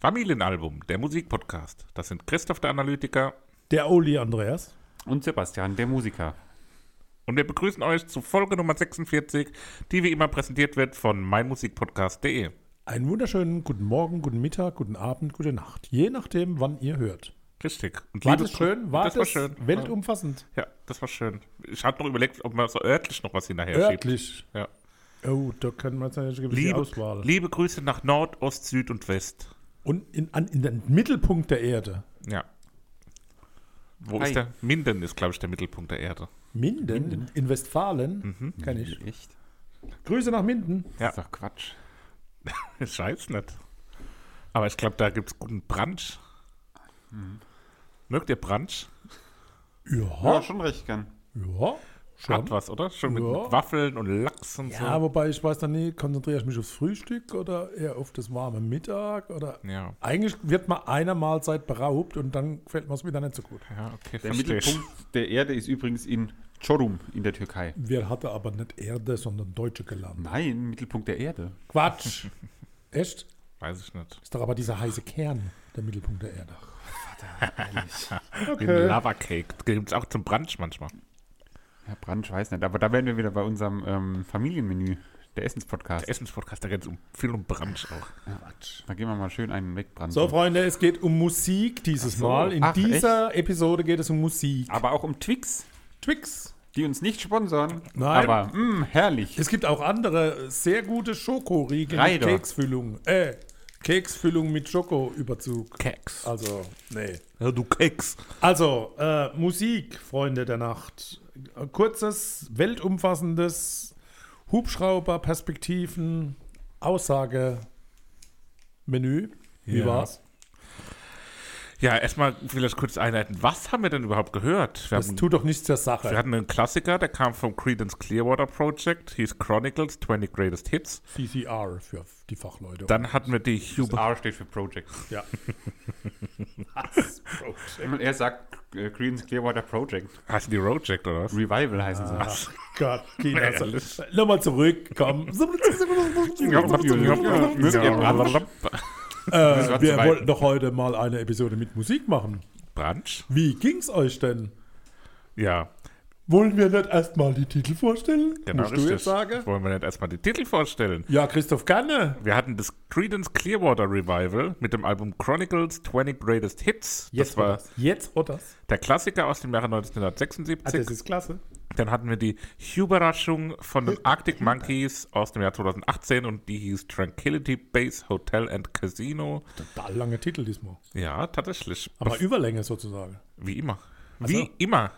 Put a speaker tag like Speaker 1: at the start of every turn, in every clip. Speaker 1: Familienalbum, der Musikpodcast. Das sind Christoph der Analytiker
Speaker 2: Der Oli Andreas.
Speaker 3: Und Sebastian, der Musiker.
Speaker 1: und wir begrüßen euch zu Folge Nummer 46, die wie immer präsentiert wird von meinmusikpodcast.de.
Speaker 2: Einen wunderschönen guten Morgen, guten Mittag, guten Abend, gute Nacht. Je nachdem, wann ihr hört.
Speaker 1: Richtig. Und
Speaker 2: War
Speaker 1: liebe
Speaker 2: das
Speaker 1: Grü-
Speaker 2: schön? War das,
Speaker 1: das war schön.
Speaker 3: um?
Speaker 2: weltumfassend?
Speaker 1: Ja, das war schön. Ich hatte noch überlegt, ob man so örtlich noch was hinterher schiebt.
Speaker 2: Örtlich.
Speaker 1: Ja.
Speaker 2: Oh, da können wir jetzt eine gewisse
Speaker 1: Liebe,
Speaker 2: Auswahl.
Speaker 1: liebe Grüße nach Nord, Ost, Süd und West.
Speaker 2: Und in, an, in den Mittelpunkt der Erde.
Speaker 1: Ja. Wo
Speaker 3: Hi.
Speaker 1: ist der? Minden ist, glaube ich, der Mittelpunkt der Erde.
Speaker 2: Minden, in Westfalen, kenn ich.
Speaker 3: Echt?
Speaker 2: Grüße nach Minden.
Speaker 1: Ja.
Speaker 3: Das ist doch Quatsch.
Speaker 1: Ich weiß nicht. Aber ich glaube, da gibt es guten Brunch.
Speaker 3: Mhm.
Speaker 1: Mögt ihr Brunch?
Speaker 2: Ja,
Speaker 3: schon recht gern.
Speaker 2: ja.
Speaker 1: Hat was, oder? Schon mit,
Speaker 2: Ja.
Speaker 1: mit Waffeln und Lachs und
Speaker 2: Ja,
Speaker 1: so.
Speaker 2: wobei ich weiß dann nie, konzentriere ich mich aufs Frühstück oder eher auf das warme Mittag oder.
Speaker 1: Ja.
Speaker 2: Eigentlich wird man einer Mahlzeit beraubt und dann gefällt mir es wieder nicht so gut.
Speaker 1: Ja, okay,
Speaker 3: Der
Speaker 1: verstehe. ich.
Speaker 3: Mittelpunkt der Erde ist übrigens in Çorum in der Türkei.
Speaker 2: Wir hatten aber nicht Erde, sondern Deutsche gelernt.
Speaker 3: Nein, Mittelpunkt der Erde.
Speaker 2: Quatsch! Echt?
Speaker 1: Weiß ich nicht.
Speaker 2: Ist doch aber dieser heiße Kern der Mittelpunkt der Erde.
Speaker 1: Okay. Den Lava Cake. Gibt es auch zum Brunch manchmal.
Speaker 3: Ja, Brand, weiß nicht. Aber da wären wir wieder bei unserem ähm, Familienmenü, der Essenspodcast.
Speaker 1: Essenspodcast, da geht es um, viel um Brunch auch.
Speaker 3: da gehen wir mal schön einen wegbranden.
Speaker 2: So, Freunde, es geht um Musik dieses Mal. In
Speaker 3: Ach,
Speaker 2: dieser Episode geht es um Musik.
Speaker 3: aber auch um Twix,
Speaker 2: Twix.
Speaker 3: die uns nicht sponsern.
Speaker 2: Nein.
Speaker 3: Aber mh, herrlich.
Speaker 2: Es gibt auch andere sehr gute Schokoriegel mit
Speaker 3: Reider.
Speaker 2: Keksfüllung. Äh, Keksfüllung mit Schokoüberzug.
Speaker 1: Keks.
Speaker 2: Also, nee.
Speaker 1: Ja, du Keks.
Speaker 2: Also, äh, Musik, Freunde der Nacht. Ein Kurzes, weltumfassendes Hubschrauber-Perspektiven, Aussage-Menü. Wie
Speaker 1: Ja.
Speaker 2: war's?
Speaker 1: Ja, erstmal vielleicht kurz einleiten. Was haben wir denn überhaupt gehört? Wir,
Speaker 2: Das
Speaker 1: haben,
Speaker 2: tut doch nichts zur
Speaker 1: wir
Speaker 2: Sache.
Speaker 1: hatten einen Klassiker, der kam vom Credence Clearwater Project. Hieß Chronicles 20 Greatest Hits.
Speaker 2: CCR für die Fachleute.
Speaker 1: Dann hatten wir die Huber.
Speaker 3: R steht für Project.
Speaker 2: ja.
Speaker 3: Er sagt äh, Green's Clearwater Project.
Speaker 1: Heißen die Roject oder was? Ah.
Speaker 3: Revival heißen sie.
Speaker 2: Gott, Kinder, also, nochmal zurück, komm. äh, wir wollten doch heute mal eine Episode mit Musik machen.
Speaker 1: Brunch?
Speaker 2: Wie ging's euch denn?
Speaker 1: Ja.
Speaker 2: Wollen wir nicht erstmal die Titel vorstellen?
Speaker 1: Genau
Speaker 2: Musst
Speaker 1: richtig.
Speaker 2: du jetzt sagen?
Speaker 1: Wollen wir nicht erstmal die Titel vorstellen?
Speaker 2: Ja, Christoph Ganne.
Speaker 1: Wir hatten das Credence Clearwater Revival mit dem Album Chronicles 20 Greatest Hits. das war
Speaker 2: das. Jetzt oder das.
Speaker 1: der Klassiker aus dem Jahre 1976.
Speaker 2: Ah, das ist klasse.
Speaker 1: Dann hatten wir die Überraschung von den Arctic Monkeys aus dem Jahr 2018 und die hieß Tranquility Base Hotel and Casino.
Speaker 2: Total lange Titel diesmal.
Speaker 1: Ja, tatsächlich.
Speaker 2: Aber Überlänge sozusagen.
Speaker 1: Wie immer.
Speaker 2: Ach
Speaker 1: Wie
Speaker 2: so.
Speaker 1: immer.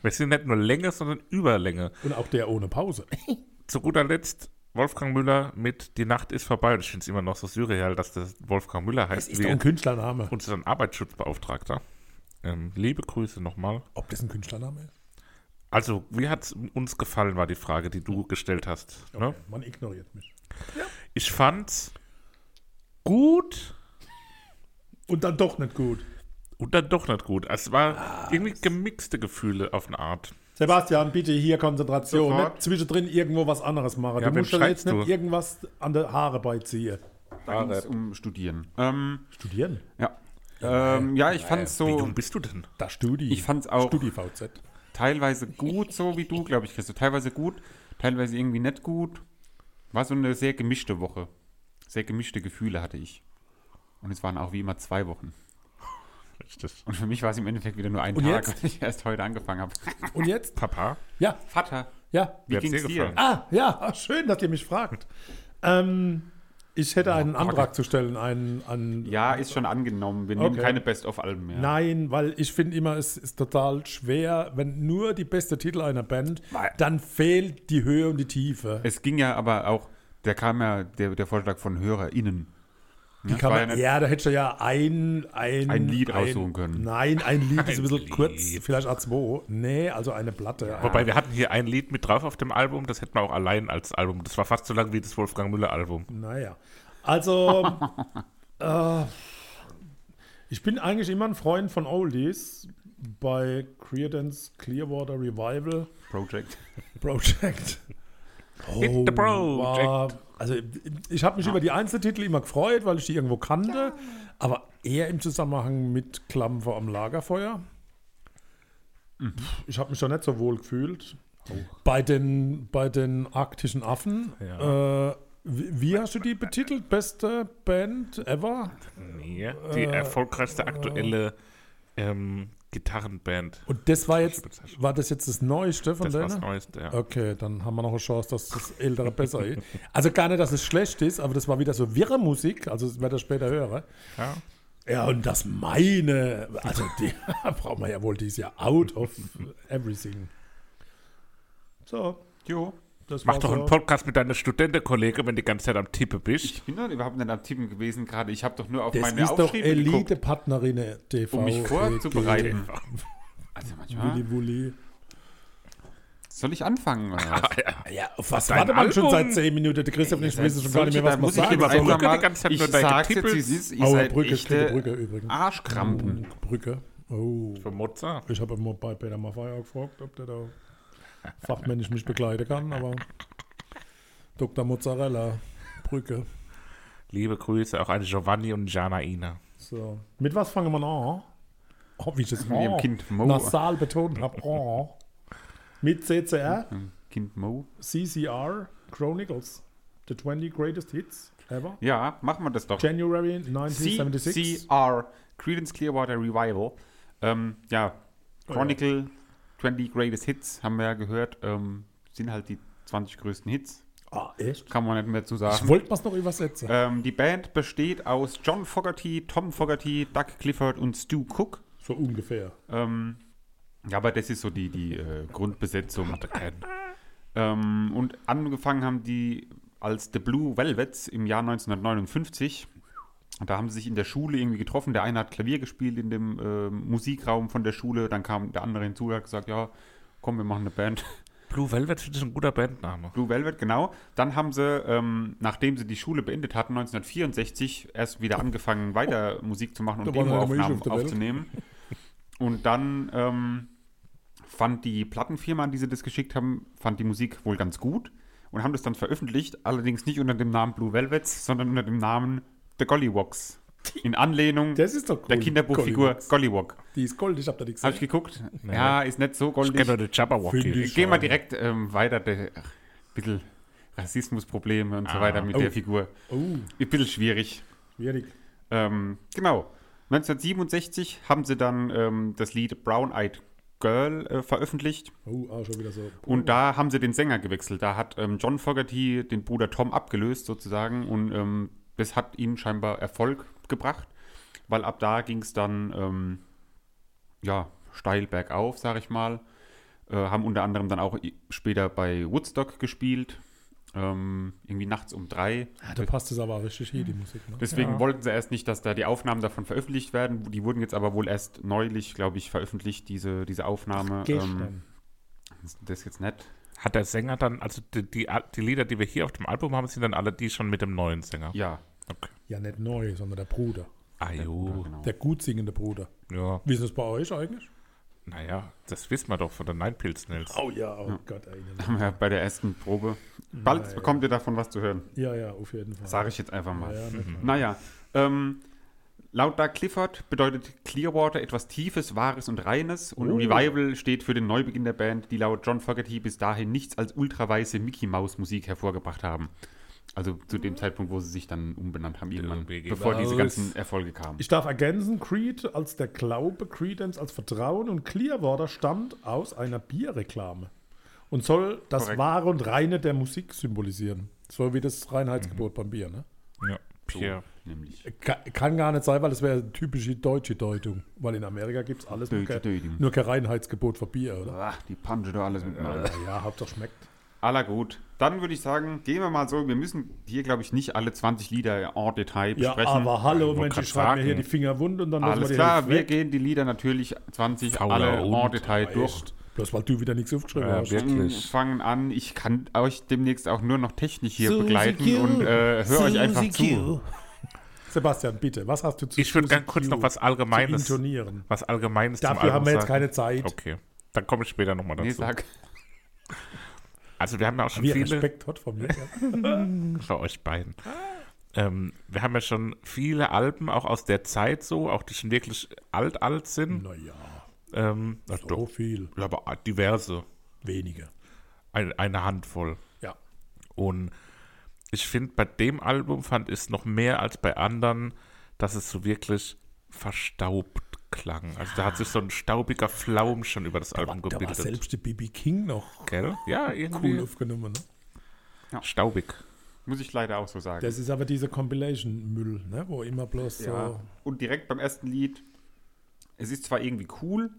Speaker 1: Wir sind nicht nur Länge, sondern Überlänge.
Speaker 2: Und auch der ohne Pause.
Speaker 1: zu guter Letzt Wolfgang Müller mit Die Nacht ist vorbei. Und ich finde es immer noch so surreal, dass das Wolfgang Müller heißt,
Speaker 2: Ist doch ein Künstlername.
Speaker 1: unseren Arbeitsschutzbeauftragter. Ähm, liebe Grüße nochmal.
Speaker 2: Ob das ein Künstlername ist?
Speaker 1: Also, wie hat es uns gefallen, war die Frage, die du gestellt hast. Ne?
Speaker 2: Man ignoriert mich.
Speaker 1: Ich fand's gut
Speaker 2: Und dann doch nicht gut.
Speaker 1: und dann doch nicht gut. Es war irgendwie gemixte Gefühle auf eine Art.
Speaker 2: Sebastian, bitte hier Konzentration.
Speaker 3: Sofort.
Speaker 2: Nicht zwischendrin irgendwo was anderes machen.
Speaker 1: Ja,
Speaker 2: du
Speaker 1: wem
Speaker 2: musst ja jetzt
Speaker 1: schreibst du?
Speaker 2: nicht irgendwas an der Haare beiziehen.
Speaker 3: Da ging es um Studieren. Ähm,
Speaker 2: Studieren.
Speaker 3: ja. Ähm, ja, ich fand's
Speaker 1: Wie
Speaker 3: so
Speaker 1: dumm bist du denn?
Speaker 2: Das Studi.
Speaker 3: Ich fand's auch-
Speaker 2: Studi-VZ.
Speaker 3: teilweise gut, so wie du, glaube ich, Christo. Teilweise gut, teilweise irgendwie nicht gut. War so eine sehr gemischte Woche. Sehr gemischte Gefühle hatte ich. Und es waren auch wie immer zwei Wochen.
Speaker 1: Ist
Speaker 3: Und für mich war es im Endeffekt wieder nur ein
Speaker 2: Und
Speaker 3: Tag,
Speaker 2: jetzt?
Speaker 3: weil ich erst heute angefangen habe.
Speaker 2: Und jetzt?
Speaker 1: Papa?
Speaker 2: Ja,
Speaker 3: Vater,
Speaker 2: ja.
Speaker 3: wie
Speaker 1: hat's
Speaker 3: ging's
Speaker 1: dir
Speaker 3: dir?
Speaker 1: gefallen?
Speaker 2: Ah, ja, schön, dass ihr mich fragt. Ähm, ich hätte einen Antrag zu stellen, einen an.
Speaker 3: Ja, ist schon angenommen. Wir nehmen
Speaker 2: Okay.
Speaker 3: keine Best-of-Alben mehr.
Speaker 2: Nein, weil ich finde immer, es ist total schwer, wenn nur die beste Titel einer Band,
Speaker 3: Weil-
Speaker 2: dann fehlt die Höhe und die Tiefe.
Speaker 3: Es ging ja aber auch, da kam ja der, der Vorschlag von HörerInnen. Ne?
Speaker 2: Die kann
Speaker 3: war ja
Speaker 2: man,
Speaker 3: nicht-
Speaker 2: ja, da hättest du ja ein, ein,
Speaker 3: Ein Lied raussuchen können.
Speaker 2: Nein, ein Lied ist ein
Speaker 1: Ein
Speaker 2: bisschen
Speaker 1: Lied.
Speaker 2: kurz, vielleicht A2. Nee, also eine Platte.
Speaker 3: Ah.
Speaker 1: Wobei, wir hatten hier ein Lied mit drauf auf dem Album, das hätten wir auch allein als Album. Das war fast so lang wie das Wolfgang Müller-Album.
Speaker 2: Naja. Also, äh, ich bin eigentlich immer ein Freund von Oldies bei Creedence Clearwater Revival
Speaker 3: Project.
Speaker 2: Project.
Speaker 1: Hit the
Speaker 3: Oh,
Speaker 1: Project.
Speaker 2: war- Oh, also, ich habe mich über die Einzeltitel immer gefreut, weil ich die irgendwo kannte, aber eher im Zusammenhang mit Klampfer am Lagerfeuer.
Speaker 1: Mhm.
Speaker 2: Pff, Ich habe mich da nicht so wohl gefühlt.
Speaker 1: Oh.
Speaker 2: Bei den, bei den arktischen Affen. Äh, wie, wie hast du die betitelt? Beste Band ever?
Speaker 1: Nee, die
Speaker 3: Äh,
Speaker 1: erfolgreichste aktuelle ähm, Gitarrenband.
Speaker 2: Und das war jetzt, war das jetzt das Neueste von
Speaker 1: Das war das
Speaker 2: denen?
Speaker 1: Neueste, ja.
Speaker 2: Okay, dann haben wir noch eine Chance, dass das Ältere besser ist. Also gar nicht, dass es schlecht ist, aber das war wieder so wirre Musik, also das werde ich später hören.
Speaker 1: ja.
Speaker 2: Ja, und das meine, also die braucht man ja wohl dieses Jahr out of everything. So,
Speaker 3: Jo.
Speaker 2: das
Speaker 1: Mach
Speaker 2: war
Speaker 1: doch
Speaker 2: so.
Speaker 1: einen
Speaker 3: Also-
Speaker 1: Podcast mit deiner Studentenkollege, wenn du die ganze Zeit am Tippe bist.
Speaker 3: Ich bin doch überhaupt nicht am Tippen gewesen gerade. Ich habe doch nur auf
Speaker 2: Das
Speaker 3: meine
Speaker 2: ist doch
Speaker 3: Aufschriebe geguckt,
Speaker 2: Elite-Partnerin äh, TV.
Speaker 3: um mich vorzubereiten. Also manchmal.
Speaker 2: Willi Wulli.
Speaker 3: Soll ich anfangen? Oder was?
Speaker 2: Ja, auf was
Speaker 1: Dein
Speaker 2: wartet man schon
Speaker 1: Album?
Speaker 2: seit 10 Minuten? Der Christoph nicht, weiß schon gar nicht mehr, was
Speaker 3: Da
Speaker 2: man
Speaker 3: muss ich
Speaker 2: sagen
Speaker 3: jetzt
Speaker 1: soll.
Speaker 3: einfach
Speaker 2: soll.
Speaker 1: Brücke
Speaker 3: mal,
Speaker 1: die ganze Zeit
Speaker 3: ich
Speaker 1: nur deine
Speaker 3: sag's jetzt,
Speaker 1: Tippels.
Speaker 3: wie es ist. Ihr
Speaker 2: Aue
Speaker 3: seid
Speaker 2: Brücke,
Speaker 3: echte
Speaker 2: Stille Brücke übrigens.
Speaker 3: Arschkrampen.
Speaker 2: Brücke. Oh.
Speaker 1: Für Mozart.
Speaker 2: Ich habe immer bei Peter Maffay auch gefragt, ob der da fachmännisch mich begleiten kann, aber Dr. Mozzarella, Brücke.
Speaker 1: Liebe Grüße auch an Giovanni und Jana Ina.
Speaker 2: So. Mit was fangen wir an? Oh, wie ich das
Speaker 3: Mit dem Kind Mo.
Speaker 2: nasal betont habe. Oh. Mit CCR,
Speaker 3: Kind Mo.
Speaker 2: CCR Chronicles, The 20 Greatest Hits Ever,
Speaker 3: Ja, machen wir das doch.
Speaker 2: January 1976.
Speaker 3: CCR, Credence Clearwater Revival. Ähm, ja,
Speaker 2: Oh
Speaker 3: Chronicle 20 Greatest Hits haben wir ja gehört. Ähm, sind halt die 20 größten Hits.
Speaker 2: Ah, echt?
Speaker 3: Kann man nicht mehr zu
Speaker 2: Ich
Speaker 3: sagen.
Speaker 2: wollte was noch übersetzen.
Speaker 3: Ähm, die Band besteht aus John Fogerty, Tom Fogerty, Doug Clifford und Stu Cook.
Speaker 2: So ungefähr.
Speaker 3: Ähm, ja, aber das ist so die, die äh, Grundbesetzung.
Speaker 1: keinen.
Speaker 3: Ähm, und angefangen haben die als The Blue Velvets im Jahr 1959. Und da haben sie sich in der Schule irgendwie getroffen. Der eine hat Klavier gespielt in dem ähm, Musikraum von der Schule. Dann kam der andere hinzu und hat gesagt, ja, komm, wir machen eine Band.
Speaker 1: Blue Velvet finde ich ein guter Bandname.
Speaker 3: Blue Velvet, genau. Dann haben sie, ähm, nachdem sie die Schule beendet hatten, 1964 erst wieder angefangen, weiter Musik zu machen und
Speaker 2: Oh. Da waren wir ja mal
Speaker 3: Demoaufnahmen
Speaker 2: nicht auf der Welt.
Speaker 3: aufzunehmen. Und dann ähm, fand die Plattenfirma, an die sie das geschickt haben, fand die Musik wohl ganz gut und haben das dann veröffentlicht, allerdings nicht unter dem Namen Blue Velvets, sondern unter dem Namen The Golliwogs. In Anlehnung
Speaker 2: Das ist doch cool.
Speaker 3: der Kinderbuchfigur
Speaker 2: Golliwogs.
Speaker 3: Gollywog.
Speaker 2: Die ist gold, ich habe da nichts
Speaker 3: Habe ich
Speaker 2: gesehen.
Speaker 3: geguckt? Ja, ist nicht so goldig.
Speaker 1: Ich kenne nur den Genau, Jabberwocky.
Speaker 2: Finde
Speaker 3: Ich gehe mal direkt ähm, weiter. Der, ach, ein bisschen Rassismusprobleme und so weiter mit
Speaker 2: Oh.
Speaker 3: der Figur.
Speaker 2: Oh,
Speaker 3: Ein bisschen schwierig.
Speaker 2: schwierig.
Speaker 3: Ähm, genau. 1967 haben sie dann ähm, das Lied Brown Eyed Girl äh, veröffentlicht.
Speaker 2: Oh, ah, schon wieder so.
Speaker 3: Und da haben sie den Sänger gewechselt. Da hat ähm, John Fogerty den Bruder Tom abgelöst sozusagen und ähm, das hat ihm scheinbar Erfolg gebracht, weil ab da ging es dann ähm, ja steil bergauf, sag ich mal. Äh, haben unter anderem dann auch i- später bei Woodstock gespielt, ähm, irgendwie nachts um drei.
Speaker 2: Ah, da passt es aber richtig hier, die Musik. Ne?
Speaker 3: Deswegen wollten sie erst nicht, dass da die Aufnahmen davon veröffentlicht werden. Die wurden jetzt aber wohl erst neulich, glaube ich, veröffentlicht, diese, diese Aufnahme. ähm,
Speaker 2: Gestern.
Speaker 3: das ist jetzt nett.
Speaker 1: Hat der Sänger dann, also die, die, die Lieder, die wir hier auf dem Album haben, sind dann alle die schon mit dem neuen Sänger.
Speaker 3: Ja.
Speaker 1: Okay.
Speaker 2: Ja, nicht neu, sondern der Bruder.
Speaker 1: Ajo.
Speaker 2: Der gut singende Bruder.
Speaker 1: Ja,
Speaker 2: Wie ist es bei euch eigentlich?
Speaker 1: naja, das wissen wir doch von den Nine Pills Nils.
Speaker 2: Oh ja, oh Gott. Ey,
Speaker 3: Ja, bei der ersten Probe. Bald bekommt ihr davon was zu hören.
Speaker 2: ja, ja, auf jeden Fall.
Speaker 1: Mhm.
Speaker 3: Sage ich jetzt einfach mal.
Speaker 2: Ja, ja,
Speaker 3: naja, ähm, Laut Doug Clifford bedeutet Clearwater etwas Tiefes, Wahres und Reines
Speaker 2: Oh.
Speaker 3: und Revival steht für den Neubeginn der Band, die laut John Fogerty bis dahin nichts als ultraweiße Mickey-Maus-Musik hervorgebracht haben. Also zu dem Zeitpunkt, wo sie sich dann umbenannt haben, irgendwann,
Speaker 1: Mickey
Speaker 3: bevor diese
Speaker 1: Mouse.
Speaker 3: ganzen Erfolge kamen.
Speaker 2: Ich darf ergänzen, Creed als der Glaube, Creedence als Vertrauen und Clearwater stammt aus einer Bierreklame und soll das
Speaker 3: Korrekt.
Speaker 2: Wahre und Reine der Musik symbolisieren. So wie das
Speaker 3: Mhm.
Speaker 2: Reinheitsgebot beim Bier, ne?
Speaker 1: Ja. Pierre.
Speaker 3: Nämlich.
Speaker 2: Ka- Kann gar nicht sein, weil das wäre eine typische deutsche Deutung. Weil in Amerika gibt es alles, nur
Speaker 3: Deutsche
Speaker 2: kein,
Speaker 3: Deutung. Ah.
Speaker 2: nur kein Reinheitsgebot für Bier, oder?
Speaker 3: Ach, die Punche da alles miteinander.
Speaker 2: Ja, Hauptsache schmeckt.
Speaker 3: Aller gut. Dann würde ich sagen, gehen wir mal so. Wir müssen hier, glaube ich, nicht alle 20 Lieder en Detail
Speaker 2: Ja,
Speaker 3: besprechen.
Speaker 2: aber hallo,
Speaker 1: wollte
Speaker 2: Mensch,
Speaker 1: grad
Speaker 2: ich schreibe mir hier
Speaker 1: sagen.
Speaker 2: die Finger wund und dann lassen
Speaker 3: Alles
Speaker 2: die
Speaker 3: klar,
Speaker 2: Hälfte
Speaker 3: wir
Speaker 2: weg.
Speaker 3: gehen die Lieder natürlich 20
Speaker 1: Fauler
Speaker 3: alle en
Speaker 1: Hund.
Speaker 3: Detail durch.
Speaker 2: Echt? Bloß weil du wieder nichts aufgeschrieben
Speaker 1: Ja,
Speaker 2: hast.
Speaker 1: äh, wir-
Speaker 3: Wir
Speaker 1: Wirklich.
Speaker 3: fangen an. Ich kann euch demnächst auch nur noch technisch hier
Speaker 4: Susi
Speaker 3: begleiten
Speaker 4: Q.
Speaker 3: und äh, höre euch einfach
Speaker 4: Susi Q.
Speaker 3: zu.
Speaker 2: Sebastian, bitte, was hast du zu
Speaker 1: Ich würde
Speaker 2: Susi
Speaker 1: ganz kurz
Speaker 2: Q
Speaker 1: noch was
Speaker 2: zu
Speaker 1: Allgemeines.
Speaker 2: intonieren?
Speaker 1: Was Allgemeines zum
Speaker 2: Dafür haben
Speaker 1: Album
Speaker 2: wir jetzt
Speaker 1: sagen.
Speaker 2: keine Zeit.
Speaker 1: Okay. Dann komme ich später nochmal dazu.
Speaker 3: Nee, sag.
Speaker 1: also wir haben ja auch schon
Speaker 2: Wie er
Speaker 1: viele.
Speaker 2: Respekt hat von mir.
Speaker 1: für euch beiden. Ähm, wir haben ja schon viele Alben, auch aus der Zeit so, auch die schon wirklich alt, alt sind.
Speaker 2: naja,
Speaker 1: Ähm, ach
Speaker 2: so viel.
Speaker 1: doch, aber diverse.
Speaker 2: Weniger.
Speaker 1: Ein, eine Handvoll.
Speaker 2: Ja.
Speaker 1: Und ich finde, bei dem Album fand ich es noch mehr als bei anderen, dass es so wirklich verstaubt klang. Also da hat sich so ein staubiger Flaum schon über das Album
Speaker 2: Da war
Speaker 1: gebildet.
Speaker 2: selbst die BB King noch
Speaker 1: Gell? Ja, irgendwie
Speaker 2: cool aufgenommen. Ne?
Speaker 1: staubig.
Speaker 3: Muss ich leider auch so sagen.
Speaker 2: Das ist aber dieser Compilation-Müll, ne? wo immer bloß
Speaker 3: ja.
Speaker 2: so.
Speaker 3: Und direkt beim ersten Lied. Es ist zwar irgendwie cool,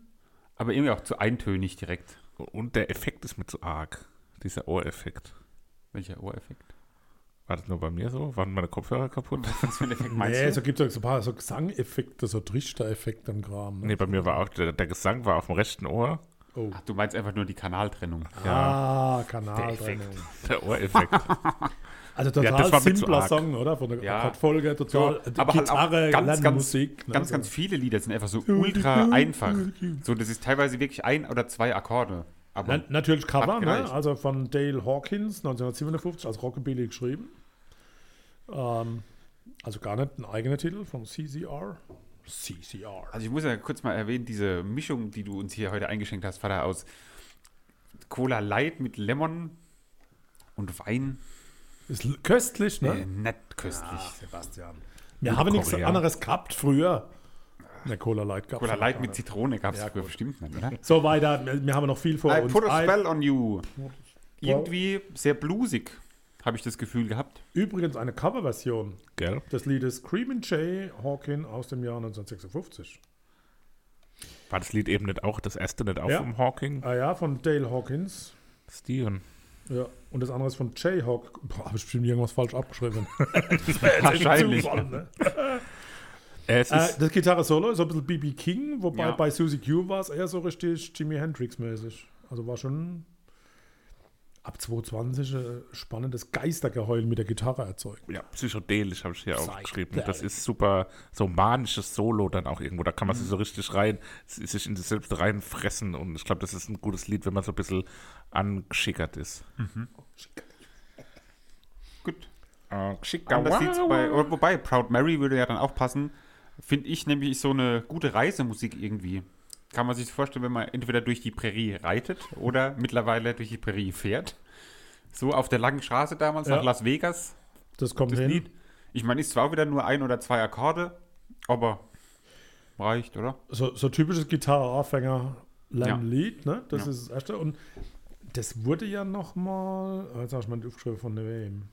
Speaker 3: aber irgendwie auch zu eintönig direkt.
Speaker 1: Und der Effekt ist mir zu arg. Dieser Ohreffekt.
Speaker 3: Welcher Ohreffekt?
Speaker 1: War das nur bei mir so? Waren meine Kopfhörer kaputt?
Speaker 3: Was für ein Effekt meinst
Speaker 2: Nee,
Speaker 3: du?
Speaker 2: so gibt es so ein paar so Gesangeffekte, so Trichter-Effekte und Kram. Ne?
Speaker 1: Nee, bei mir war auch der, der Gesang war auf dem rechten Ohr.
Speaker 3: Ach, du meinst einfach nur die Kanaltrennung.
Speaker 2: Ah, Kanaltrennung.
Speaker 1: Der Ohreffekt.
Speaker 2: Also total
Speaker 1: Ja, das war mir zu
Speaker 2: simpler
Speaker 1: arg.
Speaker 2: Song, oder? Von der
Speaker 3: Ja.
Speaker 2: Akkordfolge, total äh,
Speaker 3: aber halt auch
Speaker 2: Gitarre,
Speaker 3: ganz, ganz,
Speaker 2: Musik. ne?
Speaker 3: ganz, ganz viele Lieder sind einfach so ultra einfach. So, das ist teilweise wirklich ein oder zwei Akkorde. Aber
Speaker 2: Na, natürlich Cover,
Speaker 3: Hat
Speaker 2: ne?
Speaker 3: gereicht.
Speaker 2: also von Dale Hawkins 1957 als Rockabilly geschrieben. Ähm, also gar nicht ein eigener Titel von CCR. CCR.
Speaker 3: Also ich muss ja kurz mal erwähnen, diese Mischung, die du uns hier heute eingeschenkt hast, Vater, aus Cola Light mit Lemon und Wein.
Speaker 2: Ist l- köstlich,
Speaker 3: Äh,
Speaker 2: ne?
Speaker 3: nett köstlich.
Speaker 2: Sebastian. Wir haben nichts
Speaker 1: Korea.
Speaker 2: anderes gehabt früher. Ne, Cola Light gab's
Speaker 3: Cola
Speaker 2: noch
Speaker 3: Light
Speaker 2: gar
Speaker 3: mit
Speaker 2: nicht.
Speaker 3: Zitrone gab es früher bestimmt nicht, oder?
Speaker 2: So weiter, wir, wir haben noch viel vor
Speaker 3: I
Speaker 2: uns.
Speaker 3: put a
Speaker 2: Ein-
Speaker 3: spell on you. Irgendwie sehr bluesig, habe ich das Gefühl gehabt.
Speaker 2: Übrigens eine Coverversion
Speaker 1: Gell?
Speaker 2: des Liedes Screamin' Jay Hawkins aus dem Jahr 1956.
Speaker 1: War das Lied eben nicht auch, das erste nicht auch
Speaker 2: Ja.
Speaker 1: vom Hawking?
Speaker 2: Ah ja, von Dale Hawkins.
Speaker 1: Steven.
Speaker 2: Ja, und das andere ist von Jayhawk. Boah, habe ich bestimmt irgendwas falsch abgeschrieben.
Speaker 3: Wahrscheinlich.
Speaker 2: Zufall, ne?
Speaker 1: Es
Speaker 2: äh,
Speaker 1: ist,
Speaker 2: das Gitarre-Solo ist so ein bisschen BB King, wobei
Speaker 3: Ja.
Speaker 2: bei Susie Q war es eher so richtig Jimi Hendrix-mäßig. Also war schon ab 2020 ein spannendes Geistergeheul mit der Gitarre erzeugt.
Speaker 1: ja, psychedelisch habe ich hier aufgeschrieben. Das ist super, so manisches Solo dann auch irgendwo. Da kann man sich so richtig rein, sich in sich selbst reinfressen. Und ich glaube, das ist ein gutes Lied, wenn man so ein bisschen angeschickert ist.
Speaker 3: Gut.
Speaker 2: Ah,
Speaker 1: Angeschickert.
Speaker 3: Anders sieht's bei, oder wobei, Proud Mary würde ja dann auch passen. Finde ich nämlich ist so eine gute Reisemusik irgendwie. Kann man sich vorstellen, wenn man entweder durch die Prärie reitet oder mittlerweile durch die Prärie fährt. So auf der langen Straße damals
Speaker 2: Ja.
Speaker 3: nach Las Vegas,
Speaker 2: Das kommt
Speaker 3: das
Speaker 2: hin.
Speaker 3: Lied. Ich meine, ist zwar wieder nur ein oder zwei Akkorde, aber reicht, oder?
Speaker 2: so, so typisches Gitarre-Anfänger lang Lied, ne? Das
Speaker 3: Ja.
Speaker 2: ist das erste. Und das wurde ja nochmal, jetzt habe ich mal die Aufschrift von wem.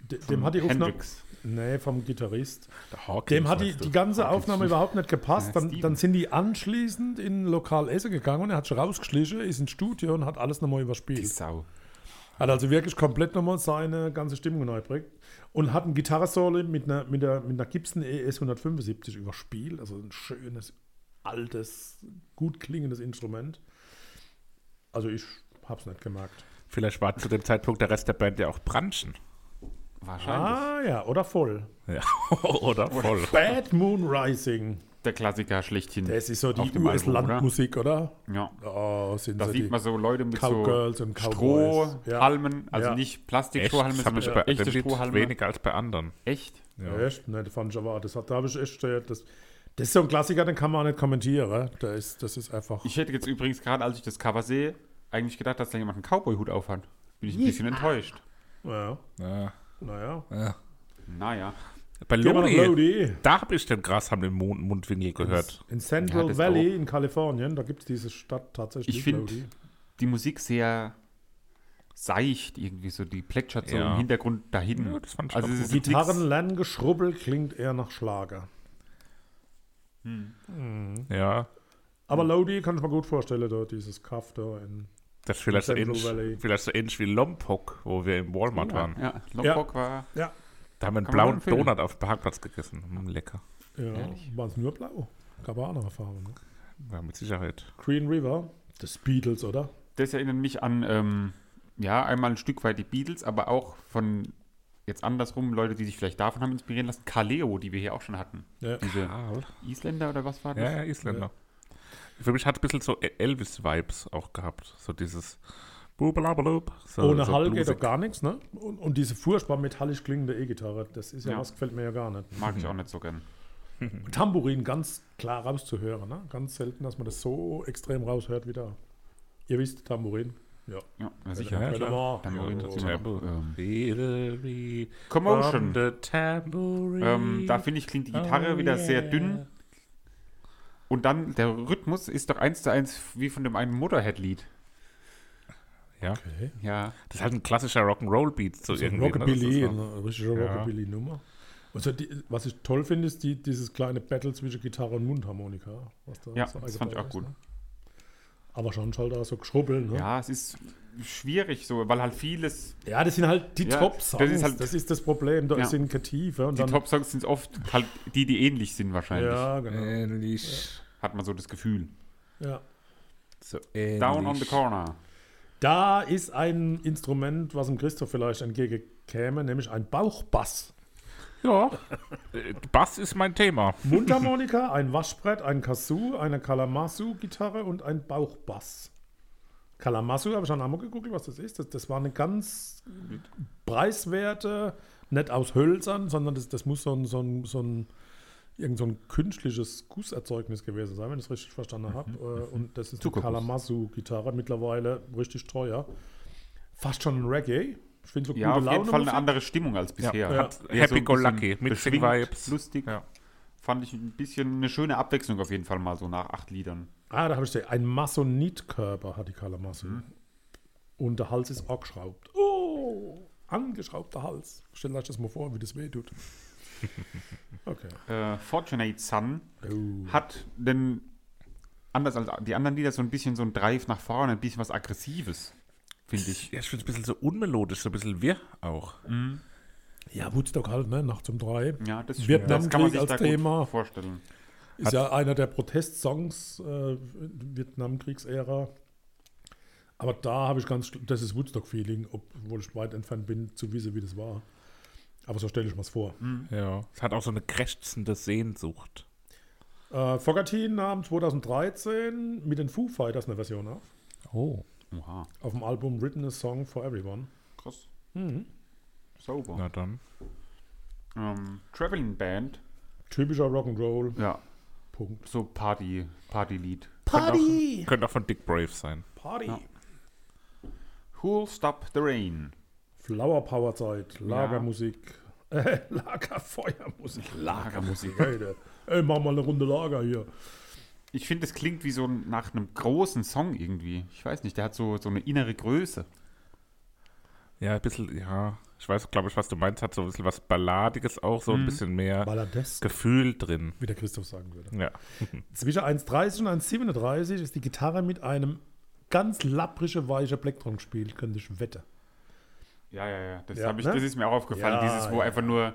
Speaker 2: De, dem hat die Aufnahme.
Speaker 3: Hendrix.
Speaker 2: Nee, vom Gitarrist.
Speaker 1: Der Hawkins,
Speaker 2: Dem hat die,
Speaker 1: weißt du.
Speaker 2: die ganze Aufnahme überhaupt nicht gepasst.
Speaker 3: Ja,
Speaker 2: Dann,
Speaker 3: Steven.
Speaker 2: dann sind die anschließend in ein Lokal essen gegangen und er hat schon rausgeschlichen, ist ins Studio und hat alles nochmal
Speaker 3: Die
Speaker 2: überspielt.
Speaker 3: Sau.
Speaker 2: Hat also wirklich komplett nochmal seine ganze Stimmung neu geprägt und hat ein Gitarresolo mit einer, mit, einer, mit einer Gibson ES 175 überspielt. Also ein schönes, altes, gut klingendes Instrument. Also ich hab's nicht gemerkt.
Speaker 1: Vielleicht war zu dem Zeitpunkt der Rest der Band ja auch Branchen.
Speaker 3: Wahrscheinlich.
Speaker 2: Ah ja, oder Ah voll.
Speaker 1: Ja, oder voll.
Speaker 2: Bad Moon Rising.
Speaker 3: der Klassiker schlechthin.
Speaker 2: Das ist so die
Speaker 3: auf dem Album, oder?
Speaker 2: US-Landmusik, oder?
Speaker 3: Ja.
Speaker 2: Oh, sind
Speaker 3: Da
Speaker 2: so die
Speaker 3: sieht man so Leute mit
Speaker 2: Cowgirls
Speaker 3: so
Speaker 2: und Cowboys. Ja.
Speaker 3: Strohhalmen, also
Speaker 2: Ja.
Speaker 3: nicht
Speaker 1: Echt?
Speaker 3: Plastikstrohhalme,
Speaker 1: Das habe
Speaker 3: sondern
Speaker 1: ich bei
Speaker 3: echte
Speaker 1: dem Lied
Speaker 3: Strohhalme.
Speaker 1: weniger als bei anderen.
Speaker 3: Echt?
Speaker 2: Ja. Echt? Ne, das fand ich aber, das hat, da habe ich echt, äh, das, das ist so ein Klassiker, den kann man auch nicht kommentieren. ne? Da ist, das ist einfach.
Speaker 3: Ich hätte jetzt übrigens gerade, als ich das Cover sehe, eigentlich gedacht, dass da jemand einen Cowboy-Hut aufhat. Bin ich ein bisschen enttäuscht.
Speaker 2: ja,
Speaker 1: Ja.
Speaker 2: naja.
Speaker 3: Naja.
Speaker 1: Bei
Speaker 2: Gehen wir nach
Speaker 1: Lodi,
Speaker 2: Lodi.
Speaker 1: da habe ich den Grashalm im Mund, Mundwinkel gehört.
Speaker 2: In Central
Speaker 3: Ja, das
Speaker 2: Valley in Kalifornien, da gibt es diese Stadt tatsächlich.
Speaker 3: Ich finde
Speaker 2: Lodi.
Speaker 3: die Musik sehr seicht irgendwie so. Die plätschert so
Speaker 1: Ja.
Speaker 3: im Hintergrund dahin.
Speaker 1: Ja, das fand ich
Speaker 3: also
Speaker 1: auch
Speaker 3: es
Speaker 1: gut.
Speaker 3: ist nix-
Speaker 2: Gitarrenlerngeschrubbel klingt eher nach Schlager.
Speaker 1: Ja.
Speaker 2: Aber Lodi kann ich mir gut vorstellen, da dieses Kaff da in.
Speaker 1: Das ist vielleicht so,
Speaker 2: Central Valley.
Speaker 1: ähnlich, vielleicht so ähnlich wie Lompok, wo wir im Walmart waren.
Speaker 3: Ja, Lombok war
Speaker 2: Ja.
Speaker 1: Da haben wir einen
Speaker 3: Kann man
Speaker 1: blauen
Speaker 3: empfehlen.
Speaker 1: Donut auf dem Parkplatz gegessen. Mm, lecker.
Speaker 2: Ja, war es nur blau. Gab auch andere Farben. Ne?
Speaker 1: Ja, mit Sicherheit.
Speaker 2: Green River, das Beatles, oder?
Speaker 3: Das erinnert mich an, ähm, ja, einmal ein Stück weit die Beatles, aber auch von jetzt andersrum Leute, die sich vielleicht davon haben inspirieren lassen. Kaleo, die wir hier auch schon hatten.
Speaker 2: Ja.
Speaker 3: Diese
Speaker 1: Karl?
Speaker 3: Isländer oder was war das?
Speaker 1: Ja, ja, Isländer. Für mich hat es ein bisschen so E- Elvis-Vibes auch gehabt. So dieses Bubalabalub. So,
Speaker 2: Ohne
Speaker 1: so
Speaker 2: Hall geht
Speaker 1: bluesig.
Speaker 2: doch gar nichts, ne? Und, und diese furchtbar metallisch klingende E-Gitarre, das ist ja,
Speaker 3: Ja.
Speaker 2: was gefällt mir ja gar nicht.
Speaker 3: Mag ich auch nicht so gern.
Speaker 2: Tambourin ganz klar rauszuhören, ne? Ganz selten, dass man das so extrem raushört wie da. Ihr wisst, Tambourin. Ja.
Speaker 3: Ja, na sicher.
Speaker 1: Ja, klar.
Speaker 3: Dann orientiert sich mal.
Speaker 1: Tambourine. Feel me
Speaker 3: Commotion.
Speaker 1: on the tambourine.
Speaker 3: Ähm, da finde ich, klingt die Gitarre
Speaker 1: Oh
Speaker 3: wieder sehr
Speaker 1: yeah.
Speaker 3: dünn. Und dann der Rhythmus ist doch eins zu eins wie von dem einen Motorhead-Lied.
Speaker 1: ja.
Speaker 3: Ja.
Speaker 1: Das ist halt ein klassischer Rock'n'Roll-Beat. So
Speaker 2: So ein
Speaker 1: irgendwie, ne? Das ist
Speaker 2: Also Rockabilly,
Speaker 1: so-
Speaker 2: eine richtige Rockabilly-Nummer. Also die, was ich toll finde, ist die, dieses kleine Battle zwischen Gitarre und Mundharmonika. Was da
Speaker 3: Ja,
Speaker 2: so
Speaker 3: das fand ich
Speaker 2: eingebaut
Speaker 3: auch
Speaker 2: ist,
Speaker 3: gut.
Speaker 2: Ne? Aber schon schon da so geschrubbeln. Ne?
Speaker 3: Ja, es ist schwierig so, weil halt vieles,
Speaker 2: Ja, das sind halt die
Speaker 3: Ja,
Speaker 2: Top-Songs. Das ist, halt, das Problem. Da
Speaker 3: Ja.
Speaker 2: sind keine Tiefe. Und
Speaker 3: die
Speaker 2: dann,
Speaker 3: Top-Songs sind oft halt die, die ähnlich sind wahrscheinlich.
Speaker 2: ja, genau.
Speaker 1: Ähnlich.
Speaker 3: Hat man so das Gefühl.
Speaker 2: Ja.
Speaker 1: So ähnlich.
Speaker 3: Down on the Corner.
Speaker 2: Da ist ein Instrument, was dem Christoph vielleicht entgegenkäme, nämlich ein Bauchbass.
Speaker 1: Ja. Äh, Bass ist mein Thema.
Speaker 2: Mundharmonika, ein Waschbrett, ein Kazoo, eine Kalamasu-Gitarre und ein Bauchbass. Kalamasu habe ich schon einmal gegoogelt, was das ist. Das, das war eine ganz preiswerte, nicht aus Hölzern, sondern das, das muss so ein, so ein, so ein, irgend so ein künstliches Gusserzeugnis gewesen sein, wenn ich es richtig verstanden habe. Äh, Und das ist eine
Speaker 3: Mhm. Zuckerguss.
Speaker 2: Kalamasu-Gitarre, mittlerweile richtig teuer. Fast schon ein Reggae. Ich finde so
Speaker 3: Ja, auf
Speaker 2: gute
Speaker 3: jeden Fall eine
Speaker 2: Laune-Musik.
Speaker 3: andere Stimmung als bisher.
Speaker 1: Hat
Speaker 3: Eher so
Speaker 1: Happy
Speaker 3: ein
Speaker 1: Go
Speaker 3: bisschen
Speaker 1: Lucky. Mixing
Speaker 3: beschwingt,
Speaker 1: Vibes.
Speaker 3: Lustig.
Speaker 1: Ja.
Speaker 3: Fand ich ein bisschen eine schöne Abwechslung auf jeden Fall mal so nach acht Liedern.
Speaker 2: Ah, da habe ich den. Ein Massonitkörper hat die Kalamasse. Und der Hals ist angeschraubt. Oh, angeschraubter Hals. Stellt euch das mal vor, wie das weh tut. Okay.
Speaker 3: Äh, Fortunate Son
Speaker 2: Oh.
Speaker 3: hat denn anders als die anderen Lieder so ein bisschen so ein Drive nach vorne, ein bisschen was Aggressives, finde ich.
Speaker 1: Ja, ich finde es ein bisschen so unmelodisch, so ein bisschen wirr auch.
Speaker 2: Ja, Woodstock halt, ne? Nachts um drei.
Speaker 3: Ja, das, stimmt.
Speaker 2: Vietnamkrieg
Speaker 3: das kann man sich
Speaker 2: als
Speaker 3: da
Speaker 2: Thema.
Speaker 3: gut vorstellen.
Speaker 2: Ist ja einer der Protestsongs äh, Vietnamkriegsära. Aber da habe ich ganz, schl- das ist Woodstock-Feeling, obwohl ich weit entfernt bin, zu wissen, wie das war. Aber so stelle ich mir es vor.
Speaker 1: Ja. Es hat auch so eine krächzende Sehnsucht.
Speaker 2: Äh, Fogerty nahm 2013 mit den Foo Fighters eine Version auf.
Speaker 1: Oh.
Speaker 3: Oha,
Speaker 2: Auf dem Album Written a Song for Everyone.
Speaker 3: krass.
Speaker 2: Mhm.
Speaker 3: Sauber.
Speaker 1: Na dann.
Speaker 3: Ähm, Traveling Band,
Speaker 2: Typischer Rock'n'Roll.
Speaker 3: ja,
Speaker 2: Punkt.
Speaker 3: so Party, Partylied.
Speaker 1: Könnte auch von Dick Brave sein.
Speaker 2: Party!
Speaker 3: Ja. Who'll Stop the Rain?
Speaker 2: Flower Power Zeit. Lagermusik. Äh, Lagerfeuermusik.
Speaker 3: Lagermusik.
Speaker 2: Leute. Ey, mach mal eine Runde Lager hier.
Speaker 3: Ich finde, es klingt wie so ein- nach einem großen Song irgendwie. Ich weiß nicht, der hat so, so eine innere Größe.
Speaker 1: Ja, ein bisschen, ja. Ich weiß, glaube ich, was du meinst. Hat so ein bisschen was Balladiges auch, so ein bisschen mehr
Speaker 2: Balladesk,
Speaker 1: Gefühl drin.
Speaker 2: wie der Christoph sagen würde.
Speaker 1: Ja.
Speaker 2: Zwischen 1,30 und 1,37 ist die Gitarre mit einem ganz lapprische, weiche Plektron gespielt, könnte ich wette.
Speaker 3: Ja, ja, ja. Das,
Speaker 2: Ja,
Speaker 3: hab ich,
Speaker 2: ne?
Speaker 3: das ist mir auch aufgefallen.
Speaker 2: Ja,
Speaker 3: Dieses, wo
Speaker 2: ja.
Speaker 3: einfach nur,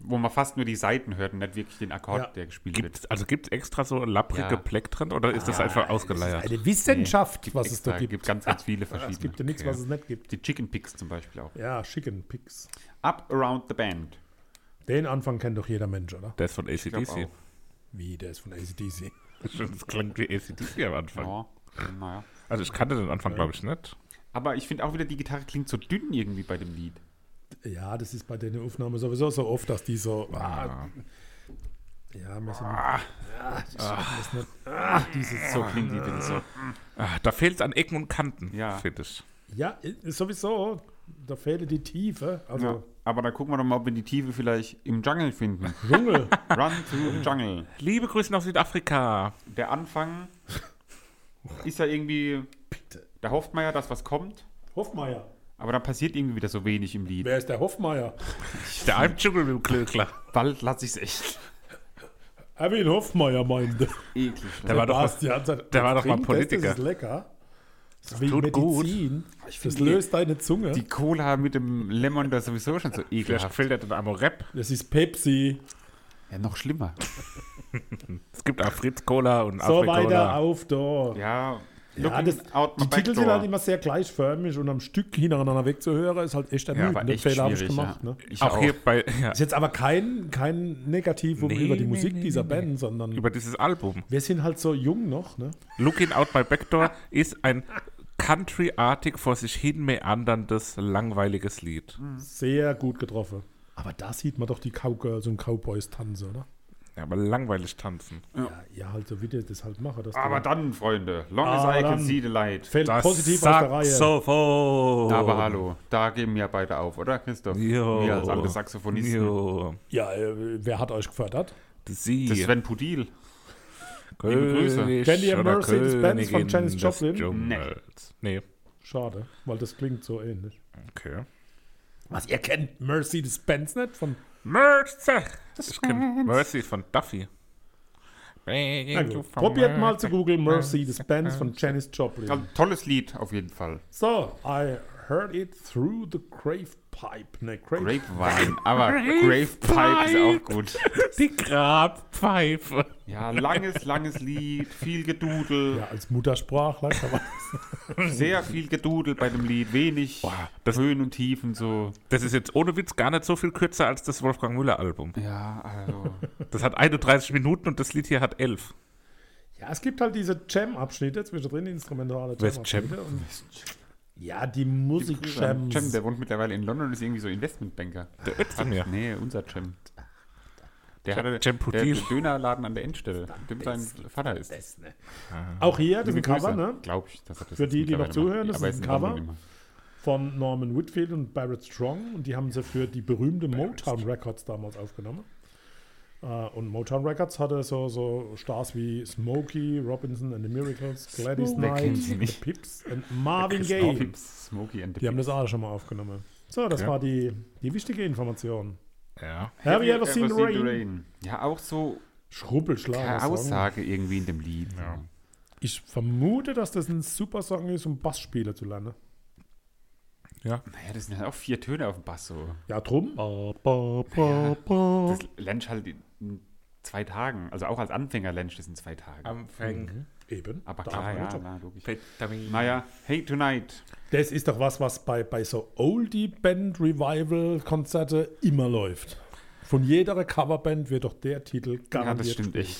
Speaker 3: wo man fast nur die Saiten hört und nicht wirklich den Akkord,
Speaker 2: Ja.
Speaker 3: der gespielt wird.
Speaker 1: Gibt's, also gibt es extra so lapprige
Speaker 3: Ja.
Speaker 1: Plektren oder ist das einfach ausgeleiert?
Speaker 2: Eine Wissenschaft, was es da
Speaker 3: Extra,
Speaker 2: gibt.
Speaker 3: gibt ganz, ganz viele
Speaker 2: Es gibt ja
Speaker 3: verschiedene.
Speaker 2: nichts, was es nicht gibt.
Speaker 3: Die Chicken Picks zum Beispiel auch.
Speaker 2: Ja, Chicken Picks.
Speaker 3: Up Around the Band.
Speaker 2: Den Anfang kennt doch jeder Mensch, oder?
Speaker 1: Der ist von
Speaker 3: Ich glaub
Speaker 1: ACDC.
Speaker 3: auch.
Speaker 2: Wie, der ist von ACDC.
Speaker 1: Das klingt wie ACDC am Anfang.
Speaker 3: Ja, naja.
Speaker 1: Also ich kannte den Anfang, glaube ich, nicht.
Speaker 3: Aber ich finde auch wieder, die Gitarre klingt so dünn irgendwie bei dem Lied.
Speaker 2: Ja, das ist bei den Aufnahmen sowieso so oft, dass die so. Ah, ja, man so, ah, ich schaff das nicht.
Speaker 3: Dieses so klingt die bitte so.
Speaker 1: Ah, da fehlt es an Ecken und Kanten,
Speaker 3: Ja.
Speaker 1: finde ich.
Speaker 2: ja, ist sowieso. Da fehlt die Tiefe.
Speaker 3: Ja.
Speaker 2: Also,
Speaker 3: Aber dann gucken wir doch mal, ob wir die Tiefe vielleicht im Jungle finden.
Speaker 2: Junge,
Speaker 3: Run through the Jungle.
Speaker 1: Liebe Grüße nach Südafrika.
Speaker 3: Der Anfang ist ja irgendwie. Da hofft man ja, dass was kommt.
Speaker 2: Hoffmeier.
Speaker 3: Aber dann passiert irgendwie wieder so wenig im Lied.
Speaker 2: Wer ist der Hoffmeier?
Speaker 1: Der Almdschungel mit dem Klöckler.
Speaker 3: Bald lasse ich es echt.
Speaker 2: Erwin Hoffmeier meinte.
Speaker 3: Eklig.
Speaker 1: Der war doch mal,
Speaker 2: Sebastian sagt,
Speaker 1: der war doch mal
Speaker 2: trink das, Das
Speaker 1: Politiker.
Speaker 2: ist lecker. Das ist wie
Speaker 1: tut gut.
Speaker 2: Medizin. Das
Speaker 3: finde,
Speaker 2: löst deine Zunge.
Speaker 3: Die Cola mit dem Lemon, das ist sowieso schon so
Speaker 1: vielleicht
Speaker 3: ekelhaft.
Speaker 1: fehlt er dann einmal Rap.
Speaker 2: Das ist Pepsi.
Speaker 3: Ja, noch schlimmer.
Speaker 1: Es gibt auch Fritz Cola und
Speaker 2: So
Speaker 1: Afri-Cola.
Speaker 2: weiter auf da.
Speaker 3: Ja,
Speaker 2: Ja,
Speaker 3: looking
Speaker 2: das,
Speaker 3: out my
Speaker 2: die
Speaker 3: back
Speaker 2: Titel sind
Speaker 3: door.
Speaker 2: halt immer sehr gleichförmig und am Stück hintereinander wegzuhören, ist halt echt
Speaker 3: ja,
Speaker 2: ermüdend.
Speaker 3: war
Speaker 2: Den
Speaker 3: echt
Speaker 2: Fehler habe ich
Speaker 3: schwierig.
Speaker 2: gemacht.
Speaker 3: ja.
Speaker 2: Ne?
Speaker 3: Ich
Speaker 1: Auch hier bei, ja,
Speaker 2: Ist jetzt aber kein, kein Negativ um
Speaker 1: Nee,
Speaker 2: über die
Speaker 1: nee,
Speaker 2: Musik
Speaker 1: nee,
Speaker 2: dieser
Speaker 1: nee,
Speaker 2: Band, sondern
Speaker 1: über dieses Album.
Speaker 2: wir sind halt so jung noch. Ne?
Speaker 1: Looking Out My Backdoor ist ein countryartig vor sich hin meanderndes, langweiliges Lied.
Speaker 2: Sehr gut getroffen. Aber da sieht man doch die Cowgirls und Cowboys tanzen, oder?
Speaker 1: Ja, aber langweilig tanzen.
Speaker 2: Ja, ja halt so wie die das halt machen. dass
Speaker 3: Aber
Speaker 2: die-
Speaker 3: dann, Freunde, long
Speaker 2: Aber
Speaker 3: as I can
Speaker 2: dann-
Speaker 3: see the light.
Speaker 2: fällt
Speaker 1: Das
Speaker 2: positiv aus der
Speaker 1: sagt
Speaker 2: Reihe.
Speaker 1: sofort.
Speaker 3: Aber hallo, da geben wir beide auf, oder Christoph?
Speaker 1: Jo.
Speaker 3: Wir als alte Saxophonisten.
Speaker 1: Jo.
Speaker 2: Ja, äh, wer hat euch gefördert?
Speaker 1: Sie.
Speaker 3: Das Sven Pudil.
Speaker 1: König
Speaker 3: Grüße.
Speaker 2: Kennt ihr
Speaker 1: oder
Speaker 2: Mercedes-Benz von
Speaker 1: Königin
Speaker 2: Janis
Speaker 1: des
Speaker 2: Joplin?
Speaker 1: Dschungels. Nee.
Speaker 2: Schade, weil das klingt so ähnlich.
Speaker 1: Okay.
Speaker 2: Was, ihr kennt Mercedes-Benz nicht? Von
Speaker 1: Mercy. Ich kenne Mercy von Duffy.
Speaker 2: Na gut, Probiert mal zu googeln Mercedes-Benz von Janis Joplin.
Speaker 3: Also, tolles Lied auf jeden Fall.
Speaker 2: So, I heard it through the gravepipe. Ne, grave.
Speaker 3: Grapevine, aber Gravepipe ist auch gut.
Speaker 1: Die Grabpfeife.
Speaker 3: Ja, langes, langes Lied, viel Gedudel,
Speaker 2: Ja, als Muttersprachler kann man
Speaker 3: sehr viel Gedudel bei dem Lied, wenig
Speaker 1: das-
Speaker 3: Höhen und Tiefen so.
Speaker 1: Das ist jetzt ohne Witz gar nicht so viel kürzer als das Wolfgang Müller-Album.
Speaker 3: Ja, also.
Speaker 1: Das hat 31 Minuten und das Lied hier hat 11.
Speaker 2: Ja, es gibt halt diese Jam-Abschnitte zwischendrin, instrumentale
Speaker 1: Wer ist
Speaker 2: Jam-Abschnitte. und- Ja, die Musik-Jams.
Speaker 3: Cem, der wohnt mittlerweile in London und ist irgendwie so Investmentbanker.
Speaker 1: Der Özdemir.
Speaker 3: Nee, unser Cem. Der hatte
Speaker 1: Cem
Speaker 3: der,
Speaker 1: Pudil.
Speaker 3: der Dönerladen an der Endstelle, dem sein Vater ist.
Speaker 2: Das, ne? Auch hier, das ist ein Cover, ne?
Speaker 3: Glaube ich, dass er das
Speaker 2: Für die, die noch
Speaker 3: mittlerweile
Speaker 2: zuhören,
Speaker 3: macht.
Speaker 2: das
Speaker 3: Aber
Speaker 2: ist
Speaker 3: er
Speaker 2: ein
Speaker 3: in
Speaker 2: Cover.
Speaker 3: London immer.
Speaker 2: Von Norman Whitfield und Barrett Strong. Und die haben sie für die berühmte Motown Records damals aufgenommen. Äh, Und Motown Records hatte so, so Stars wie Smokey, Robinson and the Miracles, Gladys
Speaker 3: Wer
Speaker 2: Knight,
Speaker 3: kennt sie
Speaker 2: The
Speaker 3: nicht?
Speaker 2: Pips und Marvin
Speaker 3: Christoph
Speaker 2: Gaye.
Speaker 3: Smokey and the
Speaker 2: Die haben
Speaker 3: Pips.
Speaker 2: das alle schon mal aufgenommen. So, das
Speaker 1: Ja.
Speaker 2: war die, die wichtige Information.
Speaker 1: Ja.
Speaker 2: Have you ever seen the rain?
Speaker 3: Ja, auch so
Speaker 2: Schrubbelschlag.
Speaker 3: eine
Speaker 2: Song.
Speaker 3: Aussage irgendwie in dem Lied.
Speaker 2: Ich vermute, dass das ein super Song ist, um Bassspieler zu lernen.
Speaker 1: Ja.
Speaker 3: Naja, das sind halt auch vier Töne auf dem Bass so.
Speaker 2: Ja, drum.
Speaker 3: Das lernst halt in zwei Tagen. Also auch als Anfänger lernst du das in zwei Tagen.
Speaker 1: Anfang.
Speaker 2: Eben.
Speaker 3: Aber
Speaker 2: Da
Speaker 3: klar,
Speaker 2: haben wir
Speaker 3: ja,
Speaker 2: schon.
Speaker 3: na, logisch.
Speaker 1: Vitamin.
Speaker 3: Naja, hey tonight.
Speaker 2: Das ist doch was, was bei, bei so Oldie-Band-Revival-Konzerte immer läuft. Von jeder Coverband wird doch der Titel garantiert.
Speaker 3: Ja, das stimmt
Speaker 2: gespielt.